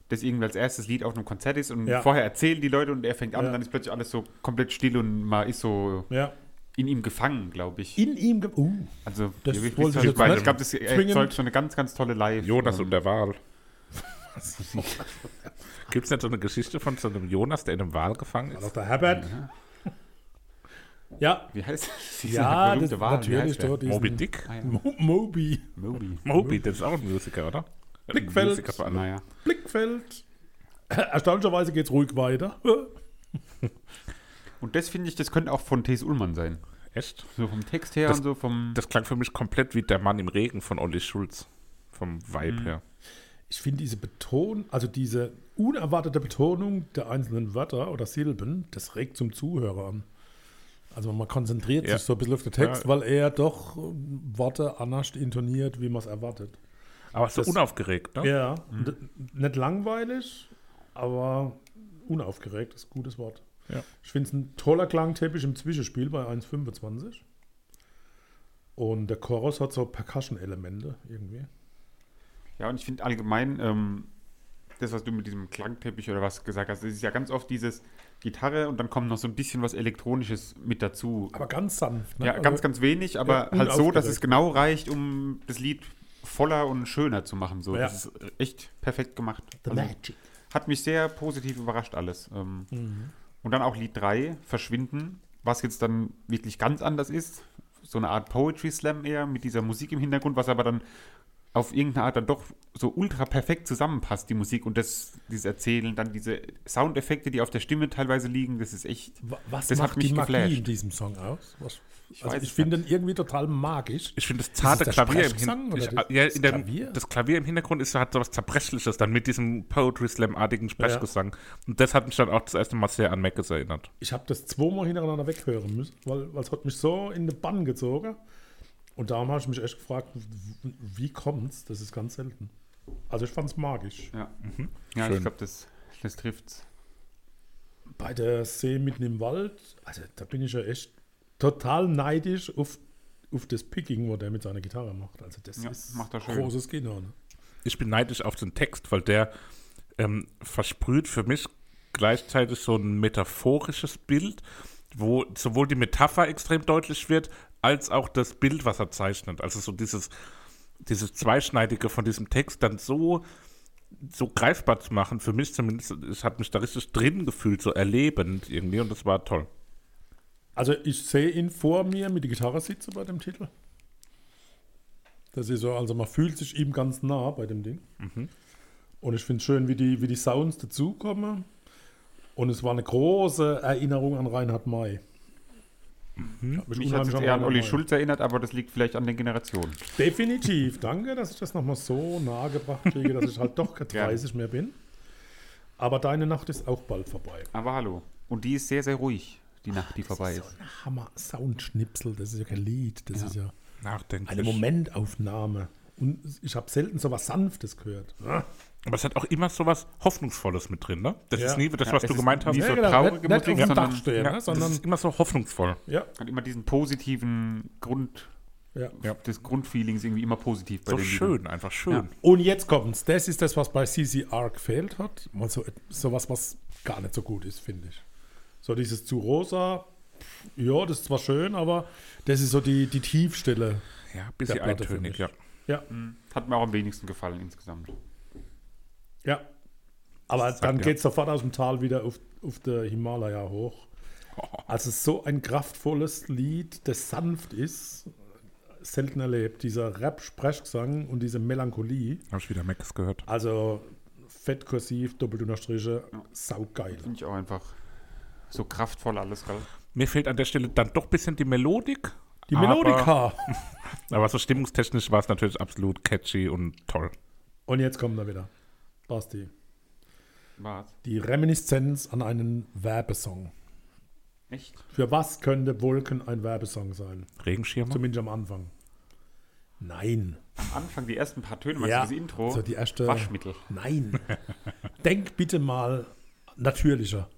Speaker 3: das irgendwie als erstes Lied auf einem Konzert ist und
Speaker 2: Ja.
Speaker 3: vorher erzählen die Leute und er fängt an
Speaker 2: Ja.
Speaker 3: und dann ist plötzlich alles so komplett still und man ist so
Speaker 2: ja.
Speaker 3: in ihm gefangen, glaube ich.
Speaker 2: In ihm. ge- Uh,
Speaker 3: Also
Speaker 2: Das
Speaker 3: ja, wirklich
Speaker 2: wollte ich
Speaker 3: toll.
Speaker 2: jetzt
Speaker 3: Weil
Speaker 2: nicht
Speaker 3: ich glaube, das
Speaker 2: zwingend.
Speaker 3: erzeugt so eine ganz, ganz tolle Live.
Speaker 1: Jonas
Speaker 3: ähm,
Speaker 1: und der Wal. Gibt es nicht so eine Geschichte von so einem Jonas, der in einem Wal gefangen
Speaker 2: war doch
Speaker 1: ist?
Speaker 2: der Herbert. Ja,
Speaker 3: Wie heißt dieser
Speaker 2: ja das,
Speaker 3: berühmte Wal? Wie
Speaker 2: natürlich
Speaker 3: heißt der?
Speaker 2: dort diesen-
Speaker 1: Moby Dick?
Speaker 2: Mo Moby.
Speaker 3: Moby.
Speaker 1: Moby, das ist auch ein Musiker, oder?
Speaker 2: Blickfeld.
Speaker 1: Musiker für alle.
Speaker 3: Naja.
Speaker 2: Blickfeld. Äh, Erstaunlicherweise geht's ruhig weiter.
Speaker 3: Und das finde ich, das könnte auch von T.S. Ullmann sein.
Speaker 1: Echt?
Speaker 3: So vom Text her und so vom.
Speaker 1: Das klang für mich komplett wie der Mann im Regen von Olli Schulz. Vom Vibe her.
Speaker 2: Ich finde diese Beton, also diese unerwartete Betonung der einzelnen Wörter oder Silben, das regt zum Zuhörer an. Also man konzentriert
Speaker 1: Ja.
Speaker 2: sich so ein bisschen auf den Text,
Speaker 1: Ja.
Speaker 2: weil er doch ähm, Worte anders intoniert, wie man es erwartet.
Speaker 1: Aber so
Speaker 2: Das-
Speaker 1: unaufgeregt, ne?
Speaker 2: Ja, d- nicht langweilig, aber unaufgeregt ist ein gutes Wort.
Speaker 1: Ja.
Speaker 2: Ich finde es ein toller Klangteppich im Zwischenspiel bei 1,25. Und der Chorus hat so Percussion-Elemente irgendwie.
Speaker 3: Ja, und ich finde allgemein, ähm, das, was du mit diesem Klangteppich oder was gesagt hast, es ist ja ganz oft dieses Gitarre und dann kommt noch so ein bisschen was Elektronisches mit dazu.
Speaker 2: Aber ganz sanft. Ne?
Speaker 3: ja,
Speaker 2: Also-
Speaker 3: ganz, ganz wenig, aber
Speaker 2: ja,
Speaker 3: halt so, dass
Speaker 2: unaufgeregt.
Speaker 3: es genau reicht, um das Lied voller und schöner zu machen. So.
Speaker 2: Ja.
Speaker 3: Das ist echt perfekt gemacht. Also, hat mich sehr positiv überrascht alles. Ähm,
Speaker 2: Mhm.
Speaker 3: Und dann auch Lied 3, Verschwinden, was jetzt dann wirklich ganz anders ist. So eine Art Poetry Slam eher mit dieser Musik im Hintergrund, was aber dann auf irgendeine Art dann doch so ultra perfekt zusammenpasst, die Musik und das, dieses Erzählen, dann diese Soundeffekte, die auf der Stimme teilweise liegen, das ist echt.
Speaker 2: Wa- Was
Speaker 3: das
Speaker 2: macht
Speaker 3: hat mich
Speaker 2: die Magie
Speaker 3: geflasht.
Speaker 2: in diesem Song aus? Was, ich
Speaker 3: weiß
Speaker 2: also ich
Speaker 3: es
Speaker 2: finde ihn irgendwie total magisch.
Speaker 1: Ich finde das
Speaker 2: Ist
Speaker 1: zarte
Speaker 2: es der
Speaker 1: Klavier im
Speaker 2: Sprechgesang
Speaker 1: Hintergrund.
Speaker 2: oder das-
Speaker 1: Ja,
Speaker 2: das
Speaker 1: in der-
Speaker 2: Klavier?
Speaker 1: das Klavier im Hintergrund ist hat so was Zerbrechliches, dann mit diesem Poetry Slam-artigen Sprechgesang. Und das hat mich dann auch das erste Mal sehr an Mac erinnert.
Speaker 2: Ich habe das zweimal hintereinander weghören müssen, weil weil es hat mich so in den Bann gezogen. Und darum habe ich mich echt gefragt, w- wie kommt's? Das ist ganz selten. Also ich fand es magisch.
Speaker 3: Ja,
Speaker 2: Mhm.
Speaker 3: ja
Speaker 1: Schön.
Speaker 3: ich glaube, das, das trifft's.
Speaker 2: Bei der See mitten im Wald, also da bin ich ja echt total neidisch auf, auf das Picking, was er mit seiner Gitarre macht. Also das
Speaker 3: Ja,
Speaker 2: ist
Speaker 3: macht er schön.
Speaker 2: großes Kino. Ne?
Speaker 1: Ich bin neidisch auf den Text, weil der ähm, versprüht für mich gleichzeitig so ein metaphorisches Bild, wo sowohl die Metapher extrem deutlich wird, als auch das Bild, was er zeichnet. Also so dieses, dieses Zweischneidige von diesem Text dann so so greifbar zu machen, für mich zumindest, ich habe mich da richtig drin gefühlt, so erlebend irgendwie und das war toll.
Speaker 2: Also ich sehe ihn vor mir mit der Gitarre sitzen bei dem Titel. Das ist so, also man fühlt sich ihm ganz nah bei dem Ding. Und ich finde es schön, wie die, wie die Sounds dazukommen. Und es war eine große Erinnerung an Reinhard May. Mhm.
Speaker 3: Mich hat es eher an Olli Schulz erinnert, aber das liegt vielleicht an der Generation.
Speaker 2: Definitiv. Danke, dass ich das nochmal so nahe gebracht kriege, dass ich halt doch kein
Speaker 3: Gerne.
Speaker 2: 30 mehr bin. Aber deine Nacht ist auch bald vorbei.
Speaker 3: Aber hallo. Und die ist sehr, sehr ruhig, die Nacht, die vorbei ist.
Speaker 2: Hammer Soundschnipsel, das ist ja kein Lied, das ist ja
Speaker 1: Nachdenklich.
Speaker 2: eine Momentaufnahme. Und ich habe selten so was Sanftes gehört.
Speaker 1: Aber es hat auch immer so was Hoffnungsvolles mit drin, ne? Das
Speaker 2: Ja.
Speaker 1: ist nie das,
Speaker 3: Ja,
Speaker 1: was
Speaker 3: es
Speaker 1: du
Speaker 3: ist
Speaker 1: gemeint hast.
Speaker 3: nie so
Speaker 1: Ja,
Speaker 2: genau,
Speaker 3: traurige
Speaker 2: nicht-
Speaker 3: Musik,
Speaker 2: nicht auf dem
Speaker 3: sondern-
Speaker 2: Dach stehen, ne?
Speaker 1: das
Speaker 2: sondern
Speaker 1: ist immer so hoffnungsvoll.
Speaker 2: ja,
Speaker 3: Hat immer diesen positiven Grund,
Speaker 2: ja.
Speaker 3: das Grundfeeling ist irgendwie immer positiv bei
Speaker 1: So
Speaker 3: den
Speaker 1: schön,
Speaker 3: Liedern.
Speaker 1: einfach schön.
Speaker 2: Und jetzt kommt's. Das ist das, was bei CC Arc gefehlt hat. Mal so, so was, was gar nicht so gut ist, finde ich. So dieses zu rosa, pff, ja, das ist zwar schön, aber das ist so die, die Tiefstelle.
Speaker 1: Ja, ein bisschen
Speaker 2: Der Platte für
Speaker 1: eintönig,
Speaker 2: mich.
Speaker 1: ja.
Speaker 2: Ja,
Speaker 3: Hat mir auch am wenigsten gefallen insgesamt.
Speaker 2: ja. Aber dann
Speaker 1: ja.
Speaker 2: geht's sofort aus dem Tal wieder auf, auf der Himalaya hoch. Also so ein kraftvolles Lied, das sanft ist, selten erlebt. Dieser Rap-Sprechgesang und diese Melancholie.
Speaker 1: Habe ich wieder Max gehört.
Speaker 2: Also fett kursiv, doppelt unterstriche, saugeil.
Speaker 3: Finde ich auch einfach so kraftvoll alles. Gell?
Speaker 1: Mir fehlt an der Stelle dann doch ein bisschen die Melodik.
Speaker 2: Die Melodika.
Speaker 1: Aber, aber so stimmungstechnisch war es natürlich absolut catchy und toll.
Speaker 2: Und jetzt kommen wir wieder. Basti.
Speaker 3: War's.
Speaker 2: Die Reminiszenz an einen Werbesong.
Speaker 3: Echt?
Speaker 2: Für was könnte Wolken ein Werbesong sein?
Speaker 1: Regenschirme.
Speaker 2: Zumindest am Anfang. Nein.
Speaker 3: Am Anfang die ersten paar Töne, meinst du das Intro?
Speaker 2: So die erste.
Speaker 3: Waschmittel.
Speaker 2: Nein. Denk bitte mal natürlicher.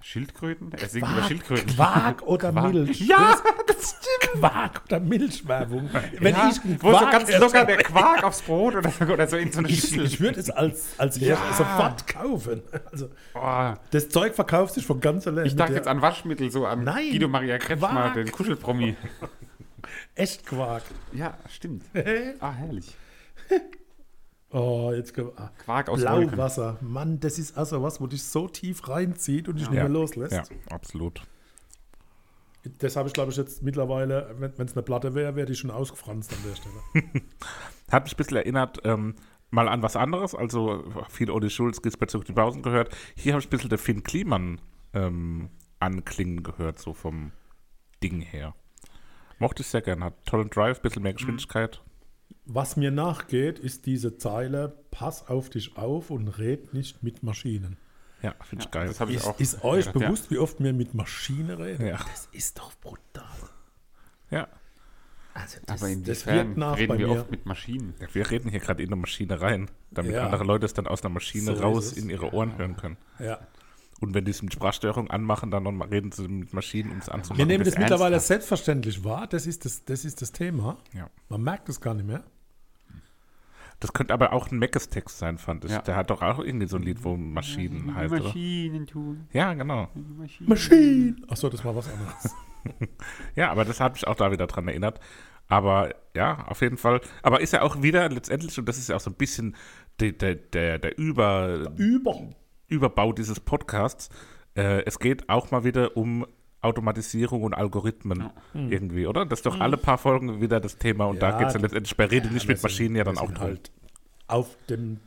Speaker 3: Schildkröten? Er singt über Schildkröten.
Speaker 2: Quark oder
Speaker 3: Quark.
Speaker 2: Milch.
Speaker 3: Ja,
Speaker 2: das stimmt. Quark oder Milchwerbung. Wenn
Speaker 3: ja,
Speaker 2: ich einen
Speaker 3: wo so
Speaker 2: Quark
Speaker 3: ganz
Speaker 2: esse-
Speaker 3: locker der Quark aufs Brot oder so, oder so in so eine
Speaker 2: Ich,
Speaker 3: Schüssel.
Speaker 2: ich würde es als, als Lehrer sofort kaufen. Also,
Speaker 3: Boah,
Speaker 2: das Zeug verkauft sich von ganz allein.
Speaker 3: ich dachte
Speaker 2: Mit
Speaker 3: jetzt
Speaker 2: der-
Speaker 3: an Waschmittel, so an
Speaker 2: Nein,
Speaker 3: Guido Maria Kretschmer,
Speaker 2: Quark.
Speaker 3: den Kuschelpromi.
Speaker 2: Echt Quark.
Speaker 3: Ja, stimmt. ah, herrlich.
Speaker 2: Oh, jetzt kommt. Ah.
Speaker 3: Quark aus Wolken.
Speaker 2: Blauwasser. Mann, das ist also was, wo dich so tief reinzieht und dich nicht mehr loslässt.
Speaker 1: ja, absolut.
Speaker 2: Das habe ich, glaube ich, jetzt mittlerweile, wenn es eine Platte wäre, wäre die schon ausgefranst an der Stelle.
Speaker 1: Hat mich ein bisschen erinnert, ähm, mal an was anderes. Also viel Olli Schulz, Gisbert zurück die Pausen gehört. Hier habe ich ein bisschen der Finn Kliman ähm, anklingen gehört, so vom Ding her. Mochte ich sehr gern. Hat tollen Drive, ein bisschen mehr Geschwindigkeit.
Speaker 2: Was mir nachgeht, ist diese Zeile: Pass auf dich auf und red nicht mit Maschinen.
Speaker 1: Ja, finde ich geil.
Speaker 3: Das habe ich
Speaker 2: Ist,
Speaker 3: auch.
Speaker 2: ist euch
Speaker 3: gedacht,
Speaker 2: bewusst, wie oft wir mit Maschine reden?
Speaker 1: Ja.
Speaker 2: Das ist doch brutal.
Speaker 1: ja.
Speaker 2: Also
Speaker 3: Ja.
Speaker 2: das,
Speaker 3: Aber
Speaker 2: das
Speaker 3: inwiefern
Speaker 2: wirkt nach bei
Speaker 3: reden wir
Speaker 2: mir.
Speaker 3: oft mit Maschinen?
Speaker 1: Ja, Wir reden hier gerade in eine Maschine rein, damit
Speaker 2: Ja.
Speaker 1: andere Leute es dann aus einer Maschine
Speaker 2: So
Speaker 1: raus
Speaker 2: ist es.
Speaker 1: in ihre Ohren hören können.
Speaker 2: Ja.
Speaker 1: Und wenn die es mit Sprachstörung anmachen, dann noch mal reden sie mit Maschinen, um es anzumachen.
Speaker 2: Wir nehmen
Speaker 3: das
Speaker 2: das mittlerweile
Speaker 3: ernsthaft.
Speaker 2: selbstverständlich wahr. Das ist das, das ist das Thema.
Speaker 1: Ja.
Speaker 2: Man merkt es gar nicht mehr.
Speaker 1: Das könnte aber auch ein Meckes-Text sein, fand ich.
Speaker 3: Ja.
Speaker 1: Der hat doch auch irgendwie so ein Lied, wo Maschinen
Speaker 2: Mhm.
Speaker 1: heißt,
Speaker 3: Also,
Speaker 1: oder?
Speaker 3: Maschinen tun.
Speaker 1: Ja, genau.
Speaker 2: Maschine. Achso, das war was anderes.
Speaker 1: Ja, aber das hat mich auch da wieder dran erinnert. Aber ja, auf jeden Fall. Aber ist ja auch wieder letztendlich, und das ist ja auch so ein bisschen der, der, der, der Über,
Speaker 2: Über.
Speaker 1: Überbau dieses Podcasts. Äh, es geht auch mal wieder um Automatisierung und Algorithmen irgendwie, oder? Das ist doch alle paar Folgen wieder das Thema und da
Speaker 2: Hm. Ja,
Speaker 1: geht es ja
Speaker 2: die-
Speaker 1: letztendlich bei Rede
Speaker 2: Ja,
Speaker 1: nicht
Speaker 2: wir
Speaker 1: mit Maschinen
Speaker 2: sind-
Speaker 1: ja dann
Speaker 2: wir
Speaker 1: auch
Speaker 2: sind
Speaker 1: drin.
Speaker 2: halt auf dem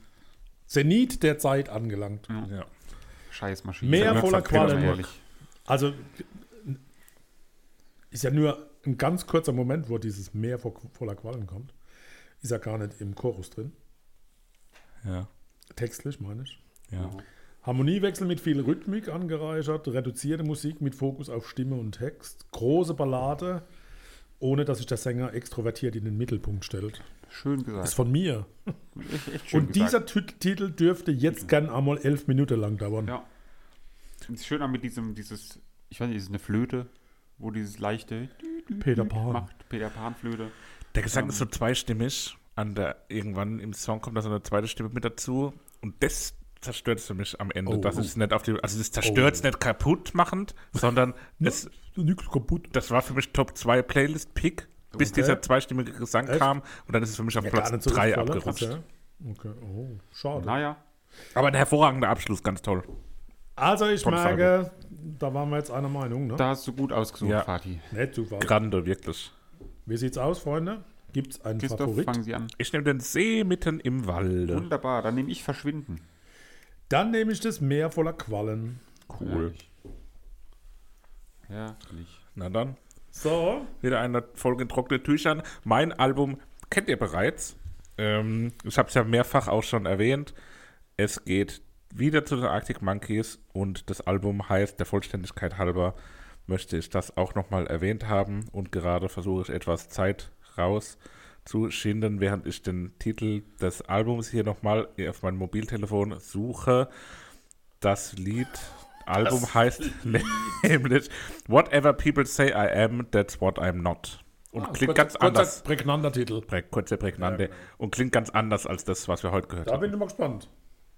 Speaker 2: Zenit der Zeit angelangt.
Speaker 1: Ja.
Speaker 3: Scheiß Maschinen.
Speaker 2: Mehr
Speaker 3: Ja,
Speaker 2: voller
Speaker 3: das geht doch
Speaker 2: Qualen.
Speaker 3: ehrlich.
Speaker 2: Also ist ja nur ein ganz kurzer Moment, wo dieses Meer vor, voller Qualen kommt. Ist ja gar nicht im Chorus drin.
Speaker 1: Ja.
Speaker 2: Textlich meine ich.
Speaker 1: Ja.
Speaker 2: Harmoniewechsel mit viel Rhythmik angereichert, reduzierte Musik mit Fokus auf Stimme und Text, große Ballade, ohne dass sich der Sänger extrovertiert in den Mittelpunkt stellt.
Speaker 3: Schön
Speaker 2: Das ist
Speaker 3: gesagt.
Speaker 2: von mir.
Speaker 3: Echt, echt schön Mhm.
Speaker 2: Und dieser Tü- Titel dürfte jetzt gern einmal elf Minuten lang dauern.
Speaker 3: Ja. Das ist schön auch mit diesem, dieses, ich weiß nicht, ist es eine Flöte, wo dieses leichte
Speaker 2: Peter Pan.
Speaker 3: macht, Peter Pan-Flöte.
Speaker 1: Der Gesang ist so zweistimmig. An der, irgendwann im Song kommt da so eine zweite Stimme mit dazu. Und das zerstört es für mich am Ende.
Speaker 2: Oh.
Speaker 1: das ist nicht auf die, also das zerstört es nicht kaputt machend, sondern
Speaker 2: Ne?
Speaker 1: es,
Speaker 2: Nix kaputt.
Speaker 1: das war für mich Top 2 Playlist-Pick, bis
Speaker 2: Okay.
Speaker 1: dieser zweistimmige Gesang
Speaker 2: Echt?
Speaker 1: kam. Und dann ist es für mich auf Platz 3
Speaker 2: voll, oder?
Speaker 1: abgerutscht.
Speaker 2: Ja. Okay, oh, schade.
Speaker 3: Naja,
Speaker 1: Aber ein hervorragender Abschluss, ganz toll.
Speaker 2: Also ich
Speaker 1: Tom
Speaker 2: merke, da waren wir jetzt einer Meinung. Ne?
Speaker 3: da hast du gut ausgesucht,
Speaker 1: Ja.
Speaker 3: Fatih.
Speaker 2: Nicht super.
Speaker 1: Grande, wirklich.
Speaker 2: Wie sieht's aus, Freunde? Gibt's einen
Speaker 3: Christoph,
Speaker 2: Favorit?
Speaker 3: fangen Sie an.
Speaker 1: Ich nehme den See mitten im Walde.
Speaker 3: Wunderbar, dann nehme ich Verschwinden.
Speaker 2: Dann nehme ich das Meer voller Quallen.
Speaker 1: Cool.
Speaker 3: Herrlich.
Speaker 1: Na dann,
Speaker 2: So,
Speaker 1: wieder eine Folge in trockenen Tüchern. Mein Album kennt ihr bereits. Ähm, ich habe es ja mehrfach auch schon erwähnt. Es geht wieder zu den Arctic Monkeys und das Album heißt, der Vollständigkeit halber, möchte ich das auch nochmal erwähnt haben. Und gerade versuche ich etwas Zeit rauszuschinden, während ich den Titel des Albums hier nochmal auf meinem Mobiltelefon suche. Das Lied, Album heißt nämlich Whatever People Say I Am, That's What I'm Not. Und
Speaker 2: Ah,
Speaker 1: klingt ganz anders.
Speaker 2: prägnanter Titel.
Speaker 1: Prä kurze Prägnante. Und klingt ganz anders als das, was wir heute gehört
Speaker 2: Da
Speaker 1: haben.
Speaker 2: bin ich mal gespannt.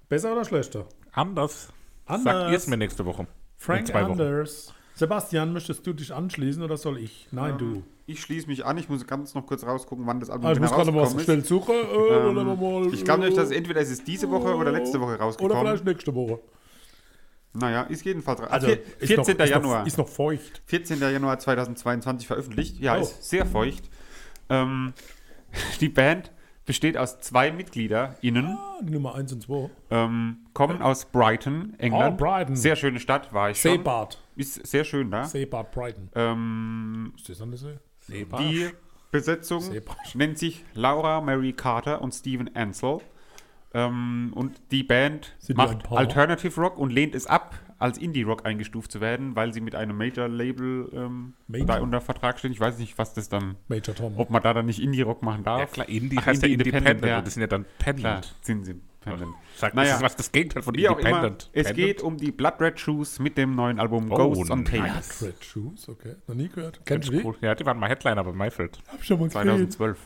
Speaker 2: Besser oder schlechter?
Speaker 1: Anders.
Speaker 2: Anders.
Speaker 1: Sagt ihr es mir nächste Woche. In zwei Wochen.
Speaker 2: Anders. Sebastian, möchtest du dich anschließen oder soll ich? Nein, du.
Speaker 3: Ähm, Ich schließe mich an, ich muss ganz noch kurz rausgucken, wann das Album
Speaker 2: Also ich muss gerade mal was
Speaker 3: herausgekommen
Speaker 2: schnell
Speaker 3: ist.
Speaker 2: suchen. Äh, oder mal,
Speaker 3: Ähm, Ich glaube nämlich, dass es
Speaker 2: äh,
Speaker 3: entweder es ist diese Woche oder letzte Woche rausgekommen.
Speaker 2: Oder vielleicht nächste Woche.
Speaker 3: Naja, ist jedenfalls raus.
Speaker 2: Also,
Speaker 3: Vier-
Speaker 2: ist
Speaker 3: 14.
Speaker 2: noch,
Speaker 3: Januar.
Speaker 2: Ist noch, ist noch feucht.
Speaker 3: 14. Januar 2022 veröffentlicht. Ja,
Speaker 2: Oh.
Speaker 3: ist sehr feucht. Ähm, die Band besteht aus zwei MitgliederInnen,
Speaker 2: Ah, die Nummer 1 und 2.
Speaker 3: ähm, kommen aus Brighton, England.
Speaker 2: Oh, Brighton.
Speaker 3: Sehr schöne Stadt, war ich schon.
Speaker 2: Seebad.
Speaker 3: Ist sehr schön da.
Speaker 2: Seebad Brighton.
Speaker 3: Ähm,
Speaker 2: Ist das an der See?
Speaker 3: die Besetzung
Speaker 2: Seebarsch.
Speaker 3: nennt sich Laura Mary Carter und Steven Ansel. Ähm, und die Band
Speaker 2: Sind die ein
Speaker 3: macht
Speaker 2: Paar?
Speaker 3: Alternative Rock und lehnt es ab, als Indie-Rock eingestuft zu werden, weil sie mit einem Major-Label ähm,
Speaker 2: Major?
Speaker 3: da unter Vertrag stehen. Ich weiß nicht, was das dann,
Speaker 2: Major Tom.
Speaker 3: ob man da dann nicht Indie-Rock machen darf.
Speaker 1: Ja, klar, Indie
Speaker 3: Ach,
Speaker 1: heißt ja Independent.
Speaker 3: ja.
Speaker 1: Das sind ja dann
Speaker 3: Klar,
Speaker 1: Pendant.
Speaker 3: sind sie Pendant.
Speaker 1: Sag,
Speaker 3: Naja.
Speaker 1: das ist was das Gegenteil von
Speaker 3: Wie auch immer,
Speaker 1: Independent.
Speaker 3: es
Speaker 1: Pendant?
Speaker 3: geht um die Blood Red Shoes mit dem neuen Album
Speaker 1: Oh,
Speaker 3: Ghosts on
Speaker 1: nice.
Speaker 3: Tapes
Speaker 2: Red Shoes, okay. Noch nie gehört. Kennst
Speaker 1: Ganz
Speaker 2: du die?
Speaker 3: um-
Speaker 1: cool. Hm? Ja, die waren mal Headliner bei Mayfield.
Speaker 2: Hab ich schon mal gesehen.
Speaker 3: 2012.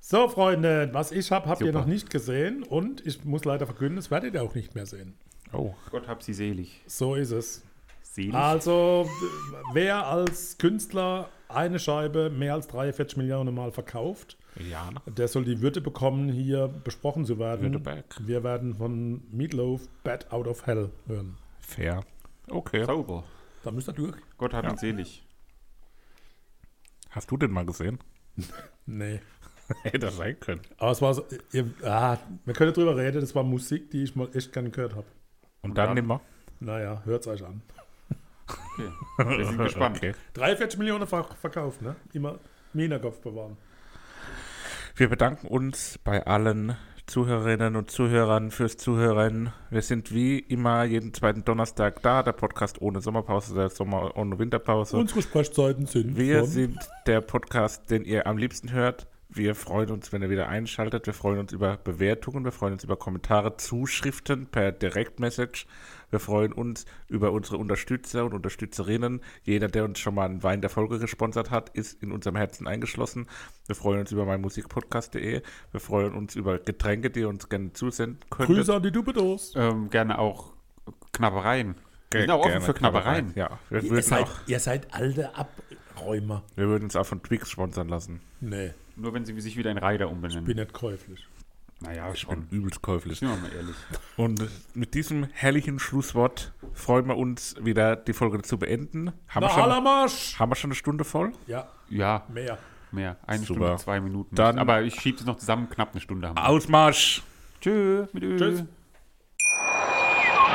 Speaker 2: So, Freunde, was ich habe, habt ihr
Speaker 1: Super.
Speaker 2: noch nicht gesehen. Und ich muss leider verkünden, das werdet ihr auch nicht mehr sehen.
Speaker 1: Oh.
Speaker 3: Gott hab sie selig.
Speaker 2: So ist es.
Speaker 3: Selig?
Speaker 2: Also, w- wer als Künstler eine Scheibe mehr als 43 Millionen Mal verkauft,
Speaker 1: Ja. ne?
Speaker 2: der soll die Würde bekommen, hier besprochen zu werden.
Speaker 1: Würdeberg.
Speaker 2: Wir werden von Meatloaf Bad Out of Hell hören.
Speaker 1: Fair. Okay.
Speaker 3: Sauber.
Speaker 2: Da müsst ihr durch.
Speaker 3: Gott hab ihn selig.
Speaker 1: Hast du den mal gesehen?
Speaker 2: Nee.
Speaker 1: Hätte das sein können.
Speaker 2: Aber es war so, ihr, ah, wir können drüber reden, das war Musik, die ich mal echt gerne gehört habe.
Speaker 1: Und dann nimmer.
Speaker 2: Naja, hört's euch an.
Speaker 3: Okay. Wir sind gespannt.
Speaker 1: Okay.
Speaker 2: 43 Millionen Ver- verkauft, ne? Immer im Hinterkopf bewahren.
Speaker 1: Wir bedanken uns bei allen Zuhörerinnen und Zuhörern fürs Zuhören. Wir sind wie immer jeden zweiten Donnerstag da, der Podcast ohne Sommerpause, der Sommer ohne Winterpause.
Speaker 2: Unsere Sprechzeiten sind.
Speaker 1: Wir
Speaker 2: von-
Speaker 1: sind der Podcast, den ihr am liebsten hört. Wir freuen uns, wenn ihr wieder einschaltet. Wir freuen uns über Bewertungen. Wir freuen uns über Kommentare, Zuschriften per Direktmessage. Wir freuen uns über unsere Unterstützer und Unterstützerinnen. Jeder, der uns schon mal einen Wein der Folge gesponsert hat, ist in unserem Herzen eingeschlossen. Wir freuen uns über meinmusikpodcast.de. Wir freuen uns über Getränke, die ihr uns gerne zusenden könnt.
Speaker 2: Grüße an die Dubedos.
Speaker 3: Ähm, gerne auch Knabbereien. Wir sind genau, auch offen für Knabbereien.
Speaker 1: Ja, wir
Speaker 2: Ihr
Speaker 1: würden,
Speaker 2: seid,
Speaker 1: auch,
Speaker 2: ihr seid alte Abräumer.
Speaker 1: wir würden uns auch von Twix sponsern lassen.
Speaker 2: Nee,
Speaker 3: Nur wenn sie sich wieder in Reiter umbenennen.
Speaker 2: bin nicht käuflich.
Speaker 3: naja,
Speaker 1: Ich bin
Speaker 3: schon.
Speaker 1: übelst käuflich.
Speaker 3: Sind wir mal ehrlich.
Speaker 1: Und mit diesem herrlichen Schlusswort freuen wir uns wieder, die Folge zu beenden. Haben, wir
Speaker 2: Na,
Speaker 1: schon,
Speaker 2: Halamarsch!
Speaker 1: haben wir schon eine Stunde voll?
Speaker 2: Ja,
Speaker 3: Ja,
Speaker 2: mehr.
Speaker 3: mehr. Eine
Speaker 1: Super.
Speaker 3: Stunde, zwei Minuten.
Speaker 1: Dann- Ah.
Speaker 3: Aber ich schiebe es noch zusammen, knapp eine Stunde haben wir.
Speaker 1: Ausmarsch!
Speaker 3: Tschö, mit Ö.
Speaker 2: Tschüss.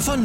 Speaker 6: Von